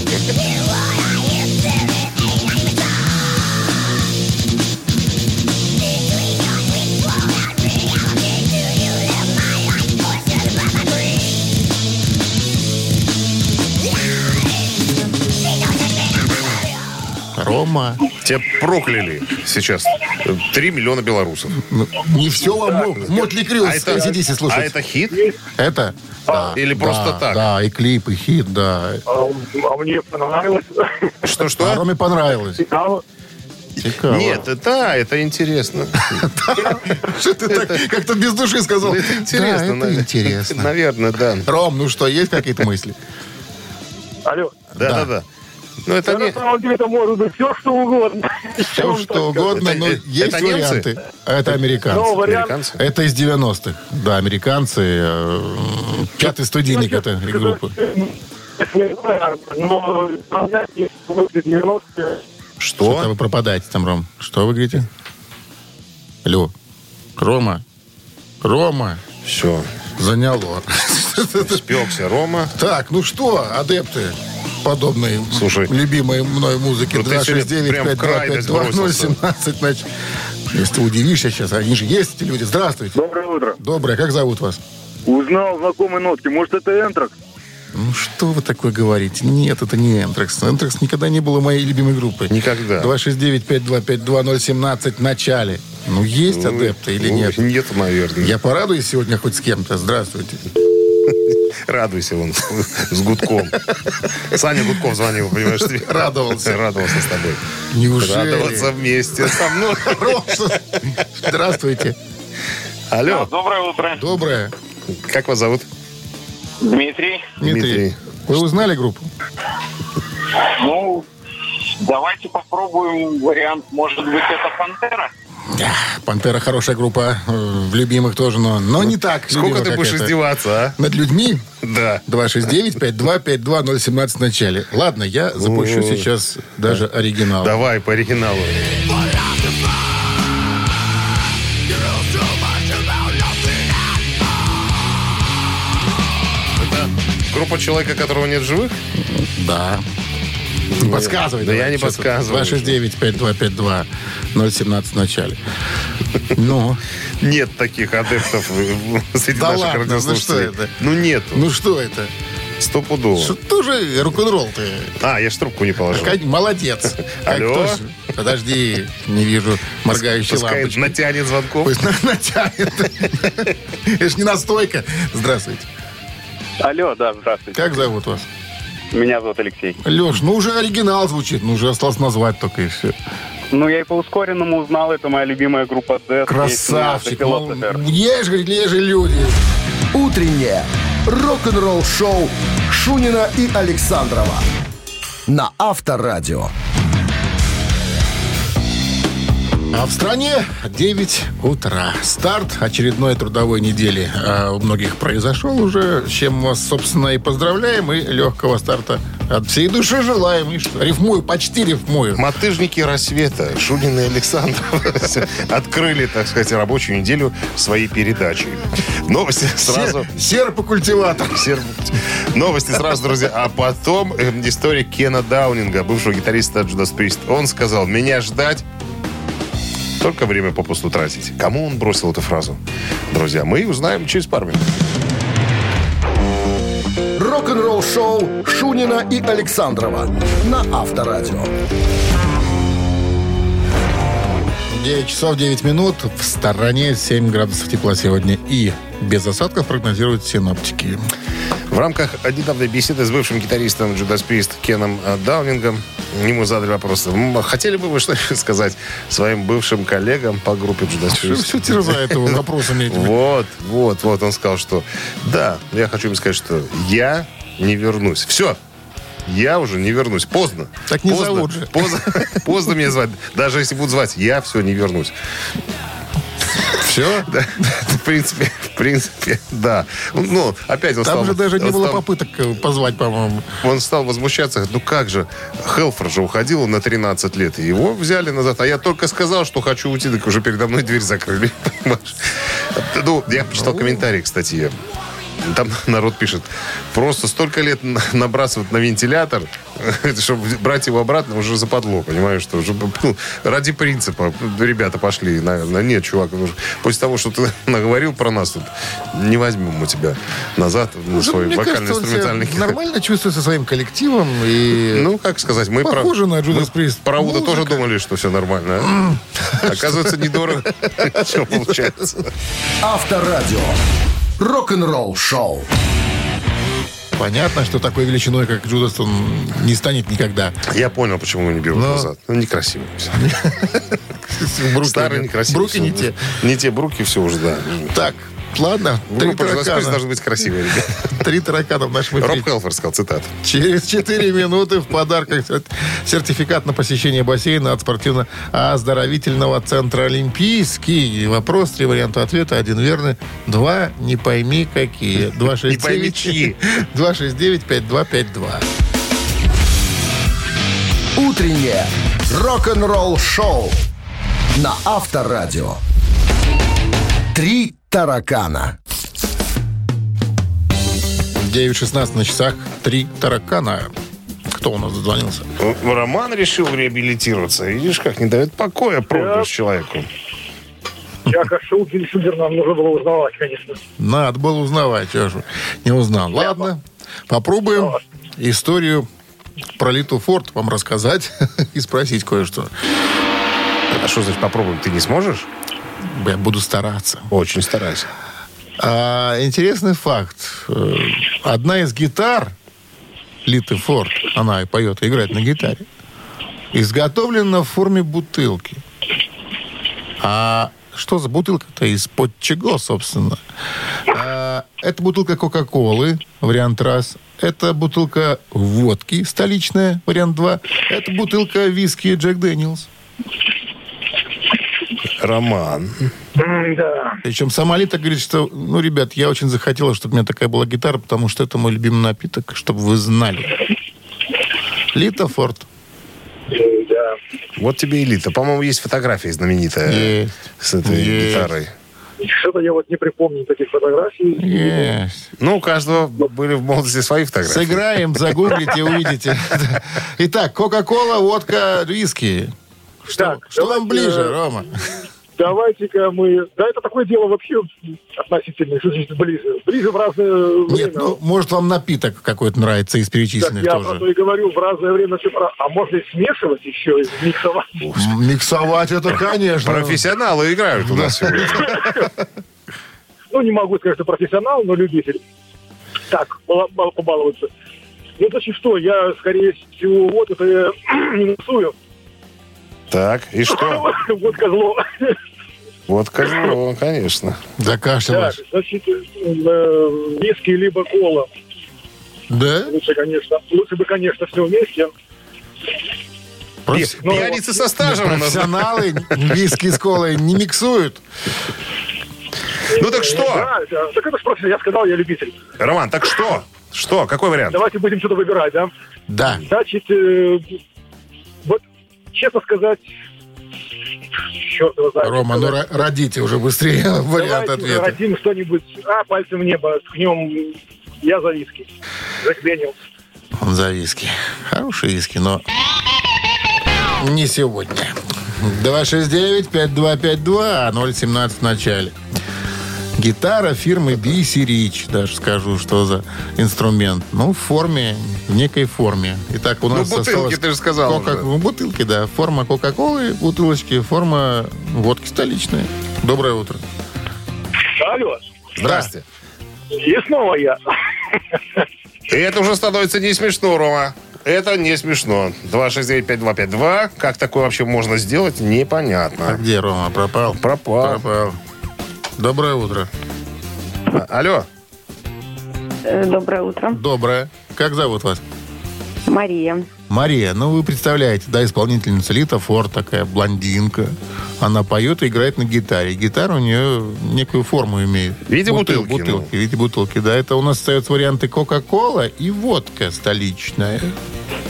Speaker 2: Ром дома.
Speaker 3: Тебя прокляли сейчас. э, Три миллиона белорусов.
Speaker 2: Ну, Не все вам мо- Мотли Крю сидите слушать.
Speaker 3: а это хит?
Speaker 2: Это? Да,
Speaker 3: Или
Speaker 2: да,
Speaker 3: просто так?
Speaker 2: Да, и клип, и хит, да.
Speaker 9: А, а мне понравилось.
Speaker 2: А
Speaker 3: Что-что?
Speaker 2: Роме понравилось.
Speaker 9: Цікаво.
Speaker 2: Цикаво.
Speaker 3: Нет, это, это интересно.
Speaker 2: Что ты так как-то без души сказал?
Speaker 3: Это
Speaker 2: Да,
Speaker 3: интересно.
Speaker 2: это
Speaker 3: навер-
Speaker 2: интересно.
Speaker 3: Наверное, да.
Speaker 2: Ром, ну что, есть какие-то мысли?
Speaker 9: Алло.
Speaker 3: Да, да, да. Ну, это
Speaker 9: Да,
Speaker 3: не...
Speaker 9: на самом деле это может быть все, что угодно.
Speaker 2: Все Ну что угодно,
Speaker 3: Это-
Speaker 2: но
Speaker 3: это
Speaker 2: есть
Speaker 3: немцы?
Speaker 2: варианты. Это
Speaker 9: Но
Speaker 2: американцы.
Speaker 9: вариант...
Speaker 3: Американцы?
Speaker 2: Это из 90-х. Да, американцы. э, Пятый студийник это группа.
Speaker 9: Но понять, если выглядит немножко...
Speaker 3: Что?
Speaker 2: Что-то вы пропадаете там, Ром. Что вы говорите? Лю. Рома. Рома.
Speaker 3: Все.
Speaker 2: Заняло.
Speaker 3: Спекся Рома.
Speaker 2: Так, ну что, адепты подобной
Speaker 3: Слушай,
Speaker 2: любимой мной музыки
Speaker 3: ну ты сегодня
Speaker 2: 269
Speaker 3: прям в крайность
Speaker 2: 525 2017, значит, если ты удивишься сейчас, они же есть эти люди. Здравствуйте.
Speaker 9: Доброе утро.
Speaker 2: Доброе, как зовут вас?
Speaker 9: Узнал знакомые нотки. Может, это Энтракс?
Speaker 2: Ну что вы такое говорите? Нет, это не Энтрекс. Энтрекс никогда не было моей любимой группой.
Speaker 3: Никогда.
Speaker 2: 269-525-2017 в начале. Ну есть адепты или
Speaker 3: Ну,
Speaker 2: нет?
Speaker 3: Нет, наверное.
Speaker 2: Я порадуюсь сегодня хоть с кем-то. Здравствуйте.
Speaker 3: Радуйся он с Гудком. Саня Гудков звонил, понимаешь? ты?
Speaker 2: Радовался.
Speaker 3: Радовался с тобой.
Speaker 2: Неужели?
Speaker 3: Радоваться вместе со мной.
Speaker 2: Ром, что- Здравствуйте.
Speaker 3: Алло,
Speaker 9: Доброе утро.
Speaker 2: Доброе.
Speaker 3: как вас зовут?
Speaker 9: Дмитрий.
Speaker 2: Дмитрий.
Speaker 3: Дмитрий.
Speaker 2: Вы узнали группу?
Speaker 9: Ну, давайте попробуем вариант. Может быть, это Пантера?
Speaker 2: Пантера хорошая группа. э, В любимых тоже, но, но не так.
Speaker 3: Сколько
Speaker 2: любима,
Speaker 3: ты
Speaker 2: как
Speaker 3: будешь
Speaker 2: это.
Speaker 3: издеваться, а?
Speaker 2: Над людьми?
Speaker 3: Да.
Speaker 2: 269-5252-017 в начале. Ладно, я запущу
Speaker 3: Ой.
Speaker 2: сейчас даже оригинал.
Speaker 3: Давай по оригиналу. Это Группа человека, которого нет в живых?
Speaker 2: Да. Не Подсказывай.
Speaker 3: Да
Speaker 2: давай,
Speaker 3: я не
Speaker 2: чё ты.
Speaker 3: подсказываю.
Speaker 2: 269-5252-017 в начале. Ну,
Speaker 3: Нет таких адептов э, среди
Speaker 2: Да
Speaker 3: наших
Speaker 2: ладно, ну
Speaker 3: радиослушателей.
Speaker 2: что это?
Speaker 3: Ну нету.
Speaker 2: ну что это?
Speaker 3: Стопудово.
Speaker 2: Что тоже рок-н-ролл ты?
Speaker 3: А, я ж трубку не положил.
Speaker 2: Кать, Молодец. Как
Speaker 3: Алло?
Speaker 2: тоже. Подожди, не вижу моргающей
Speaker 3: Пускай
Speaker 2: лампочки.
Speaker 3: натянет звонков.
Speaker 2: Пусть на- натянет. Это ж не настойка. Здравствуйте.
Speaker 9: Алло, да, здравствуйте.
Speaker 2: Как зовут вас?
Speaker 9: Меня зовут Алексей.
Speaker 2: Леш, ну уже оригинал звучит, ну уже осталось назвать только и все.
Speaker 9: Ну, я и по ускоренному узнал, это моя любимая группа Z.
Speaker 2: Красавчик. ну, Есть, говорит, есть же люди.
Speaker 1: Утреннее рок-н-ролл-шоу Шунина и Александрова на Авторадио.
Speaker 2: А в стране 9 утра. Старт очередной трудовой недели а, у многих произошел уже, с чем вас, собственно, и поздравляем, и легкого старта от всей души желаем. И что, рифмую, почти рифмую.
Speaker 3: Мотыжники рассвета Шунин и Александр открыли, так сказать, рабочую неделю своей передачей. Новости сразу.
Speaker 2: Серпокультиватор.
Speaker 3: Серб- Новости сразу, друзья. А потом эм, история Кена Даунинга, бывшего гитариста Judas Priest. Он сказал, меня ждать только время попусту тратить. Кому он бросил эту фразу? Друзья, мы узнаем через пару минут.
Speaker 1: Рок-н-ролл-шоу Шунина и Александрова на Авторадио.
Speaker 2: 9 часов 9 минут. В стороне 7 градусов тепла сегодня. И без осадков прогнозируют синоптики.
Speaker 3: В рамках недавней беседы с бывшим гитаристом Judas Priest Кеном э, Даунингом ему задали вопрос. «М, Хотели бы вы что-нибудь сказать своим бывшим коллегам по группе Judas
Speaker 2: Все
Speaker 3: Priest?
Speaker 2: терзает его вопросами этими.
Speaker 3: Вот, вот, вот. Он сказал, что да, я хочу им сказать, что я не вернусь. Все. Я уже не вернусь. Поздно.
Speaker 2: Так не
Speaker 3: поздно,
Speaker 2: зовут же.
Speaker 3: Поздно, поздно меня звать. Даже если будут звать, я все не вернусь.
Speaker 2: Все?
Speaker 3: Да, в принципе, в принципе, да. Ну, опять он стал...
Speaker 2: Там же даже не
Speaker 3: он
Speaker 2: было
Speaker 3: стал-
Speaker 2: попыток э, позвать, по-моему.
Speaker 3: Он стал возмущаться. Ну как же, Хелфер же уходил на 13 лет, и его взяли назад. А я только сказал, что хочу уйти,
Speaker 2: Ну.
Speaker 3: так уже передо мной дверь закрыли. понимаешь? Ну, я почитал комментарии к статье. Там народ пишет, просто столько лет н- набрасывать на вентилятор, чтобы брать его обратно, уже западло, понимаешь, что уже, ну, ради принципа ребята пошли, наверное. Нет, чувак, ну, после того, что ты наговорил про нас, тут, не возьмем мы тебя назад на
Speaker 2: Ну,
Speaker 3: свой
Speaker 2: мне кажется, он себя
Speaker 3: вокально-инструментальный
Speaker 2: нормально чувствует со своим коллективом. И...
Speaker 3: Ну, как сказать, мы
Speaker 2: Э, Похоже на Ну, Джудас
Speaker 3: мы
Speaker 2: Прист.
Speaker 3: про Уда тоже
Speaker 2: Музыка.
Speaker 3: думали, что все нормально. а? Оказывается, недорого. Все получается.
Speaker 1: Авторадио. Рок-н-ролл шоу.
Speaker 2: Понятно, что такой величиной, как Джудас, он не станет никогда.
Speaker 3: Я понял, почему мы не берут
Speaker 2: Но-
Speaker 3: назад. Ну, некрасиво. всё.
Speaker 2: Бруки-
Speaker 3: Старые некрасивые.
Speaker 2: Бруки
Speaker 3: всё.
Speaker 2: не те.
Speaker 3: Не те бруки, все уже, да.
Speaker 2: Так, ладно. Три
Speaker 3: Группа «Джудас Прист»
Speaker 2: таракана.
Speaker 3: должна быть красивой, ребят.
Speaker 2: Три таракана в нашем эфире.
Speaker 3: Роб Хелфер сказал, цитат.
Speaker 2: Через 4 минуты в подарках сер- сертификат на посещение бассейна от спортивно-оздоровительного центра «Олимпийский». И Вопрос, три варианта ответа. Один верный, два не пойми какие.
Speaker 3: Не пойми чьи.
Speaker 2: 269-5252.
Speaker 1: Утреннее рок-н-ролл шоу на Авторадио. Три таракана.
Speaker 2: 9.16 на часах. Три таракана. Кто у нас дозвонился?
Speaker 3: Э, Роман решил реабилитироваться. Видишь, как не дает покоя проигрыш человеку.
Speaker 9: Я как Шилдельсундер, нам нужно было узнавать, конечно.
Speaker 2: Надо было узнавать, я же не узнал. Ладно, попробуем историю про Литу Форд вам рассказать и спросить кое-что.
Speaker 3: А что значит попробуем? Ты не сможешь?
Speaker 2: Я буду стараться.
Speaker 3: Очень стараюсь.
Speaker 2: А, интересный факт. Э, Одна из гитар Литы Форд, она и поет, и играет на гитаре, изготовлена в форме бутылки. А что за бутылка-то? Из-под чего, собственно? А, это бутылка Кока-Колы, вариант раз. Это бутылка водки столичная, вариант два. Это бутылка виски Джек Дэниелс.
Speaker 3: Роман.
Speaker 2: Причем сама Лита говорит, что, ну, ребят, я очень захотела, чтобы у меня такая была гитара, потому что это мой любимый напиток, чтобы вы знали. Лита Форд.
Speaker 3: Вот тебе элита. По-моему, есть фотография знаменитая
Speaker 2: Есть.
Speaker 3: с этой
Speaker 2: Есть.
Speaker 3: гитарой.
Speaker 9: Что-то я вот не припомню таких фотографий.
Speaker 2: Есть.
Speaker 3: Ну, у каждого были в молодости свои фотографии.
Speaker 2: Сыграем, загуглите, увидите. Итак, Кока-Кола, водка, виски. Что,
Speaker 9: Так,
Speaker 2: что вам
Speaker 9: давайте,
Speaker 2: ближе,
Speaker 9: э,
Speaker 2: Рома?
Speaker 9: Давайте-ка мы... Да, это такое дело вообще относительно, что значит ближе. Ближе в разное время.
Speaker 2: Нет, ну, может, вам напиток какой-то нравится из
Speaker 9: Так
Speaker 2: перечисленных
Speaker 9: я про то
Speaker 2: тоже.
Speaker 9: и говорю, в разное время все про... А можно и смешивать еще, и миксовать.
Speaker 2: М, Миксовать это, конечно.
Speaker 3: Профессионалы играют у нас сегодня.
Speaker 9: Ну, не могу сказать, что профессионал, но любитель. Так, мало- мало побаловаться. Ну, значит, что, я, скорее всего, вот это я не носую.
Speaker 3: Так, и что?
Speaker 9: Вот козло.
Speaker 3: Вот Козлова, конечно.
Speaker 9: Так,
Speaker 2: Закашлялась.
Speaker 9: значит, э, виски либо кола.
Speaker 2: Да?
Speaker 9: Лучше, конечно, лучше бы, конечно, все вместе.
Speaker 2: Професс-
Speaker 3: Пьяницы со стажем у нас.
Speaker 2: Профессионалы виски с колой не миксуют.
Speaker 3: Ну так что?
Speaker 9: Да, да, так это ж профессионал, я сказал, я любитель.
Speaker 3: Роман, так что? Что? Какой вариант?
Speaker 9: Давайте будем что-то выбирать, да?
Speaker 2: Да.
Speaker 9: Значит, э, вот, честно сказать, черт его знает.
Speaker 2: Рома, ну ро- родите уже быстрее вариант
Speaker 9: Давайте
Speaker 2: ответа.
Speaker 9: родим что-нибудь, а, пальцем в небо, ткнем, я за виски. Джек Дэниелс.
Speaker 2: Он за виски. Хорошие виски, но не сегодня. 269-5252, 017 а в начале. Гитара фирмы BC Rich, даже скажу, что за инструмент. Ну, в форме, в некой форме. Итак, у нас
Speaker 3: Ну, бутылки,
Speaker 2: осталось
Speaker 3: ты же сказал
Speaker 2: Кока-
Speaker 3: уже.
Speaker 2: ну, бутылки, да. Форма Кока-Колы, бутылочки, форма водки столичной. Доброе утро.
Speaker 9: Алло,
Speaker 3: Здрасте.
Speaker 9: и снова я.
Speaker 3: И это уже становится не смешно, Рома. Это не смешно. 269-5252. Как такое вообще можно сделать,
Speaker 2: А
Speaker 3: непонятно.
Speaker 2: где Рома? Пропал?
Speaker 3: Пропал.
Speaker 2: Пропал. Доброе утро.
Speaker 3: А- Алло.
Speaker 7: Э, Доброе утро.
Speaker 2: Доброе. Как зовут вас?
Speaker 7: Мария.
Speaker 2: Мария, ну вы представляете, да, исполнительница Лита Форд, такая блондинка. Она поет и играет на гитаре. Гитара у нее некую форму имеет.
Speaker 3: В виде бутылки, ну.
Speaker 2: Бутылки, в виде бутылки, да. Это у нас остаются варианты Кока-Кола и водка столичная.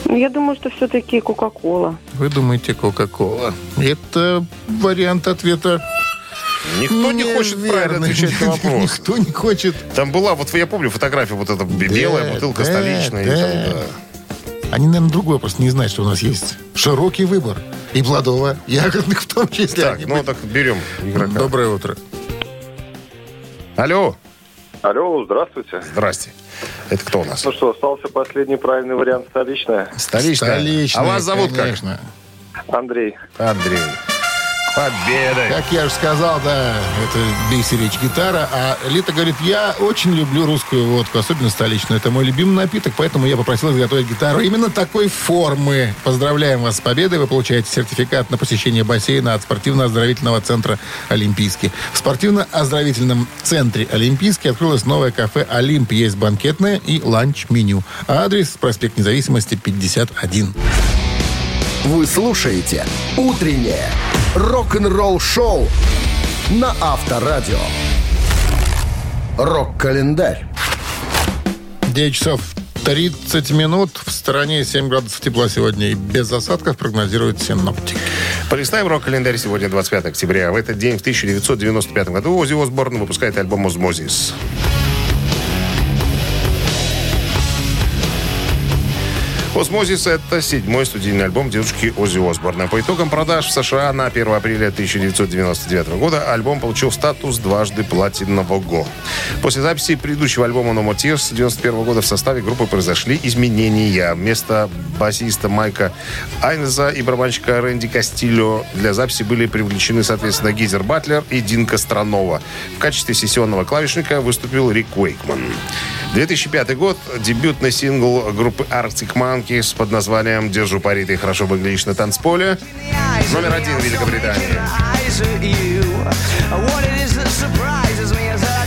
Speaker 7: Ну, Я думаю, что все-таки Кока-Кола.
Speaker 2: Вы думаете Кока-Кола. Это вариант ответа
Speaker 3: Никто не, хочет правильно
Speaker 2: Неверно.
Speaker 3: отвечать на вопрос.
Speaker 2: Никто не хочет.
Speaker 3: Там была, вот я помню фотографию, вот эта белая бутылка
Speaker 2: да,
Speaker 3: столичная. и
Speaker 2: да.
Speaker 3: там, да.
Speaker 2: Они, наверное, другой просто не знают, что у нас есть. Широкий выбор. И плодово, ягодных в том числе.
Speaker 3: Так,
Speaker 2: Они
Speaker 3: ну так берем
Speaker 2: будут-
Speaker 3: игрока.
Speaker 2: Доброе утро.
Speaker 3: Алло,
Speaker 9: Алло, здравствуйте.
Speaker 3: здрасте. Это кто у нас?
Speaker 9: Ну что, остался последний правильный вариант столичная.
Speaker 3: Столичная.
Speaker 2: Столичная,
Speaker 3: А вас зовут
Speaker 2: конечно.
Speaker 9: Андрей.
Speaker 3: как? Андрей. Победа.
Speaker 2: Как я же сказал, да, это Бейси речь гитара. А Лита говорит, я очень люблю русскую водку, особенно столичную. Это мой любимый напиток, поэтому я попросил изготовить гитару именно такой формы. Поздравляем вас с победой. Вы получаете сертификат на посещение бассейна от спортивно-оздоровительного центра «Олимпийский». В спортивно-оздоровительном центре «Олимпийский» открылось новое кафе «Олимп». Есть банкетное и ланч-меню. Адрес проспект Независимости, 51.
Speaker 1: Вы слушаете «Утреннее рок-н-ролл-шоу» на Авторадио. Рок-календарь.
Speaker 2: 9 часов 30 минут. В стороне 7 градусов тепла сегодня и без осадков прогнозируют синоптики.
Speaker 3: Полистаем рок-календарь сегодня 25 октября. В этот день, в 1995 году, Оззи Осборн выпускает альбом «Озмозис». «Осмозис» — это седьмой студийный альбом дедушки Оззи Осборна. По итогам продаж в США на 1 апреля 1999 года альбом получил статус дважды платинового. После записи предыдущего альбома «No More Tears» 1991 года в составе группы произошли изменения. Вместо басиста Майка Айнеза и барабанщика Рэнди Кастильо для записи были привлечены, соответственно, Гизер Батлер и Динка Странова. В качестве сессионного клавишника выступил Рик Уэйкман. 2005 год. Дебютный сингл группы Arctic Monkeys под названием «Держу пари, ты хорошо выглядишь на танцполе». Номер один в Великобритании.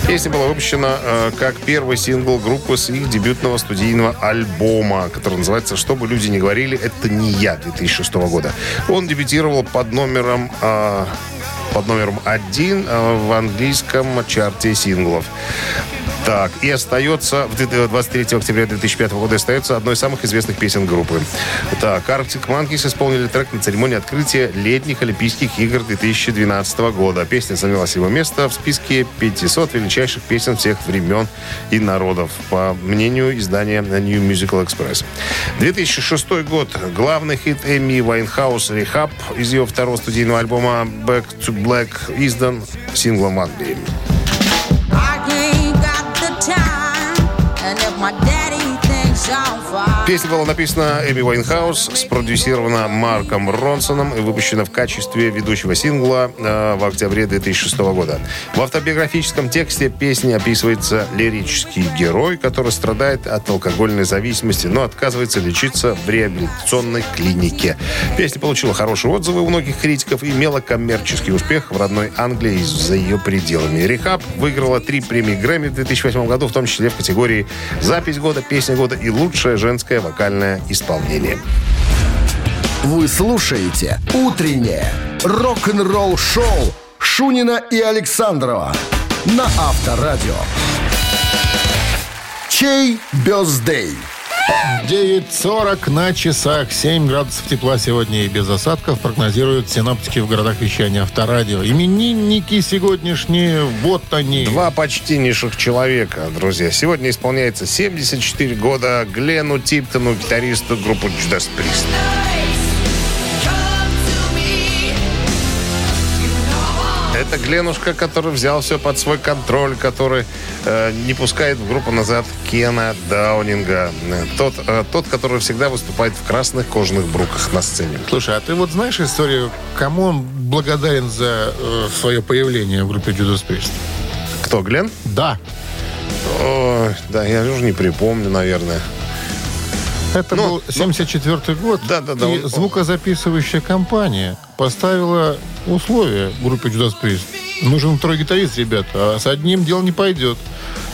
Speaker 3: Песня была выпущена э, как первый сингл группы с их дебютного студийного альбома, который называется «Что бы люди не говорили, это не я» 2006 года. Он дебютировал под номером... э, под номером один э, в английском чарте синглов. Так, и остается в д- 23 октября 2005 года остается одной из самых известных песен группы. Так, Arctic Monkeys исполнили трек на церемонии открытия летних Олимпийских игр 2012 года. Песня заняла его место в списке 500 величайших песен всех времен и народов, по мнению издания New Musical Express. 2006 год. Главный хит Эми Вайнхаус «Рехаб» из ее второго студийного альбома «Back to Black» издан синглом Англии. Песня была написана Эми Уайнхаус, спродюсирована Марком Ронсоном и выпущена в качестве ведущего сингла э, в октябре 2006 года. В автобиографическом тексте песни описывается лирический герой, который страдает от алкогольной зависимости, но отказывается лечиться в реабилитационной клинике. Песня получила хорошие отзывы у многих критиков и имела коммерческий успех в родной Англии и за ее пределами. Рехаб выиграла три премии Грэмми в 2008 году, в том числе в категории «Запись года», «Песня года» и «Лучшее женское вокальное исполнение».
Speaker 1: Вы слушаете «Утреннее рок-н-ролл-шоу» Шунина и Александрова на Авторадио. Чей бездей?
Speaker 2: 9.40 на часах, 7 градусов тепла сегодня и без осадков прогнозируют синоптики в городах вещания авторадио. Именинники сегодняшние, вот они.
Speaker 3: Два почтеннейших человека, друзья. Сегодня исполняется 74 года Глену Типтону, гитаристу группы Judas Priest. Это Гленушка, который взял все под свой контроль, который э, не пускает в группу назад Кена Даунинга. Э, Тот, э, тот, который всегда выступает в красных кожаных бруках на сцене.
Speaker 2: Слушай, а ты вот знаешь историю, кому он благодарен за э, свое появление в группе Judas Priest?
Speaker 3: Кто, Глен?
Speaker 2: Да,
Speaker 3: Ой, да, я уже не припомню, наверное.
Speaker 2: Это
Speaker 3: Ну,
Speaker 2: был 74 год.
Speaker 3: Да-да-да,
Speaker 2: И
Speaker 3: он-
Speaker 2: звукозаписывающая компания поставила условия группе Judas Priest. Нужен второй гитарист, ребят, а с одним дело не пойдет.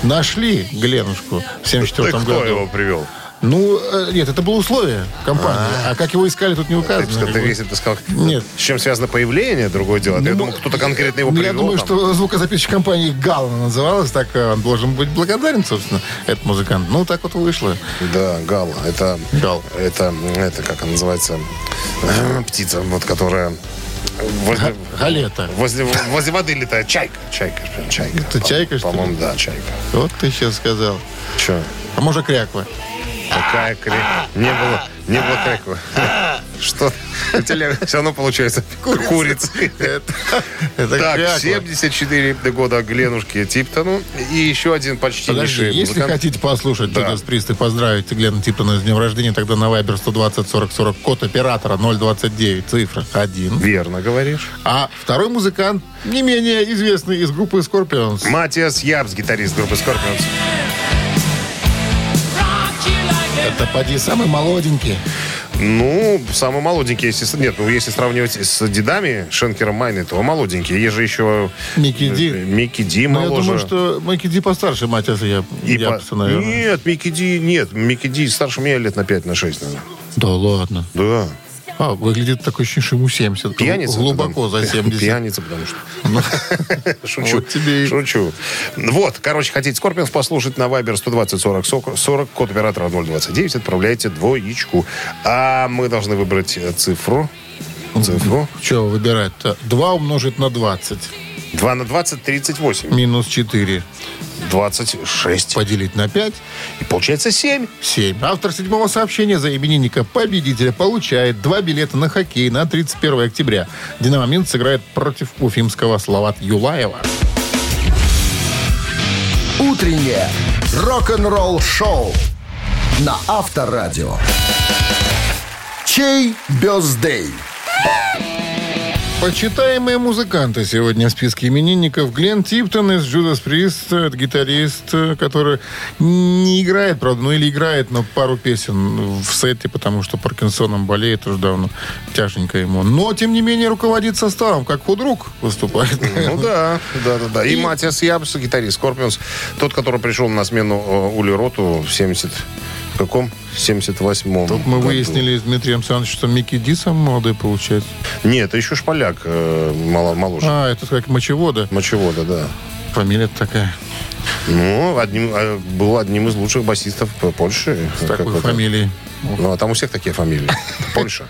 Speaker 2: Нашли Гленушку в 74
Speaker 3: Ты кто
Speaker 2: году.
Speaker 3: его привел?
Speaker 2: Ну, э, нет, это было условие компании. А как его искали, тут не
Speaker 3: Ты
Speaker 2: указано.
Speaker 3: бы сказал,
Speaker 2: как
Speaker 3: ты-
Speaker 2: бы.
Speaker 3: если бы ты сказал,
Speaker 2: Нет.
Speaker 3: с чем связано появление, другое дело. я
Speaker 2: Ну,
Speaker 3: думаю, кто-то конкретно его
Speaker 2: Ну,
Speaker 3: привел.
Speaker 2: Я думаю,
Speaker 3: там.
Speaker 2: что звукозаписывающая компания Гална называлась, так э, он должен быть благодарен, собственно, этот музыкант. Ну, так вот вышло.
Speaker 3: Да, гала. Это,
Speaker 2: Гал.
Speaker 3: это, это как она называется, птица, вот э, которая Возле,
Speaker 2: Галета.
Speaker 3: возле, возле воды летает. Чайка. Чайка. прям Чайка.
Speaker 2: Это чайка, что ли?
Speaker 3: По-моему, да, чайка.
Speaker 2: Вот ты сейчас сказал.
Speaker 3: Че?
Speaker 2: А может, кряква?
Speaker 3: Какая кря... Не было, не было кряквы. Что? У тебя все равно получается курицы.
Speaker 2: Это
Speaker 3: Так,
Speaker 2: кряква.
Speaker 3: 74 года Гленушке Типтону. И еще один почти
Speaker 2: Подожди,
Speaker 3: низший
Speaker 2: если
Speaker 3: музыкант.
Speaker 2: хотите послушать
Speaker 3: Ну, Да.
Speaker 2: Джудас Прист и поздравить Глена Типтона с днем рождения, тогда на Viber 120 40 40 код оператора 029, цифра 1.
Speaker 3: Верно говоришь.
Speaker 2: А второй музыкант, не менее известный из группы Scorpions.
Speaker 3: Матиас Ябс, гитарист группы Scorpions.
Speaker 2: Это поди самый молоденький.
Speaker 3: Ну, самый молоденький, если... Нет, ну, если сравнивать с дедами Шенкером Майны, то молоденький. Есть же еще...
Speaker 2: Микки Ди.
Speaker 3: э, Микки Ди
Speaker 2: Но Ну, я
Speaker 3: моложе.
Speaker 2: думаю, что Майки Ди постарше Матиаса я,
Speaker 3: И по-
Speaker 2: Япса, наверное.
Speaker 3: Нет, Микки Ди, нет. Микки Ди старше меня лет на 5, на 6, наверное.
Speaker 2: Да ладно.
Speaker 3: Да.
Speaker 2: А, выглядит такой ощущение, что ему 70.
Speaker 3: Пьяница.
Speaker 2: Глубоко
Speaker 3: потому-
Speaker 2: за 70.
Speaker 3: Пьяница, потому что...
Speaker 2: Ну,
Speaker 3: Шучу.
Speaker 2: Вот тебе и-
Speaker 3: Шучу. Вот, короче, хотите Скорпионс послушать на Viber 120 40 40, 40, код оператора 029, отправляйте двоечку. А мы должны выбрать э, цифру.
Speaker 2: Ну,
Speaker 3: Цифру.
Speaker 2: Что выбирать-то? 2 умножить на 20.
Speaker 3: 2 на 20, 38.
Speaker 2: Минус 4.
Speaker 3: 26.
Speaker 2: Поделить на 5.
Speaker 3: И получается 7.
Speaker 2: 7. Автор седьмого сообщения за именинника победителя получает два билета на хоккей на 31 октября. «Динамо Минск» сыграет против уфимского «Словат» Юлаева.
Speaker 1: Утреннее рок-н-ролл-шоу на Авторадио. Чей бездей?
Speaker 2: Почитаемые музыканты сегодня в списке именинников. Глен Типтон из Judas Priest, э, гитарист, э, который не играет, правда, ну или играет, но пару песен в сете, потому что Паркинсоном болеет уже давно, тяженько ему. Но, тем не менее, руководит составом, как худрук выступает.
Speaker 3: Ну да, да, да, да. И, Матиас Ябс, гитарист Скорпионс, тот, который пришел на смену э, Ули Роту в 70... в каком? 78-м.
Speaker 2: Тут мы
Speaker 3: году.
Speaker 2: выяснили с Дмитрием Александровичем, что Микки Ди самый молодой получается.
Speaker 3: Нет, это еще шпаляк э, мало, моложе.
Speaker 2: А, это как мочевода.
Speaker 3: Мочевода, да.
Speaker 2: Фамилия такая.
Speaker 3: Ну, одним, э, был одним из лучших басистов П- Польши.
Speaker 2: С такой
Speaker 3: Какой-то.
Speaker 2: фамилией.
Speaker 3: Ну, а там у всех такие фамилии. Польша.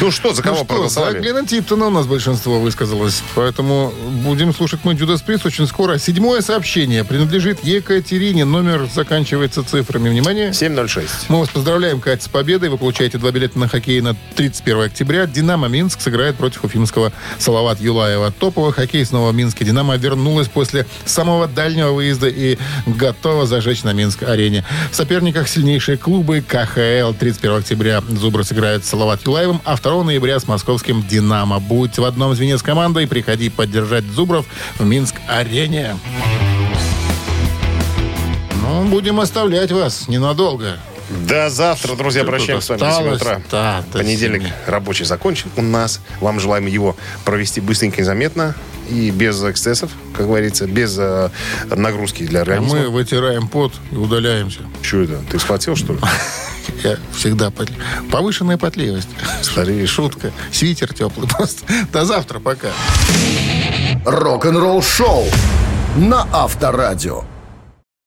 Speaker 3: Ну что, за кого
Speaker 2: ну что, за
Speaker 3: проголосовали?
Speaker 2: Глена Типтона у нас большинство высказалось. Поэтому будем слушать мы Judas Priest очень скоро. Седьмое сообщение принадлежит Екатерине. Номер заканчивается цифрами. Внимание.
Speaker 3: 706.
Speaker 2: Мы вас поздравляем, Катя, с победой. Вы получаете два билета на хоккей на 31 октября. «Динамо Минск» сыграет против уфимского «Салават Юлаева». Топовый хоккей снова в Минске. «Динамо» вернулась после самого дальнего выезда и готова зажечь на Минск-арене. В соперниках сильнейшие клубы КХЛ. 31 октября «Зубры» сыграют с «Салават Юлаевым», а 2 ноября с московским «Динамо». Будь в одном звене с командой, приходи поддержать «Зубров» в Минск-арене. Ну, будем оставлять вас ненадолго.
Speaker 3: До завтра, друзья, прощаемся с вами до 7
Speaker 2: Осталось,
Speaker 3: утра.
Speaker 2: да, до
Speaker 3: Понедельник
Speaker 2: семи.
Speaker 3: рабочий закончен у нас. Вам желаем его провести быстренько и заметно. И без эксцессов, как говорится, без э, нагрузки для
Speaker 2: А
Speaker 3: организма.
Speaker 2: мы вытираем пот и удаляемся.
Speaker 3: Чё это? Ты вспотел, что ли?
Speaker 2: Я всегда потле- Повышенная потливость.
Speaker 3: Стареешь.
Speaker 2: Шутка. Свитер теплый просто. До завтра, пока.
Speaker 1: Рок-н-ролл-шоу на Авторадио.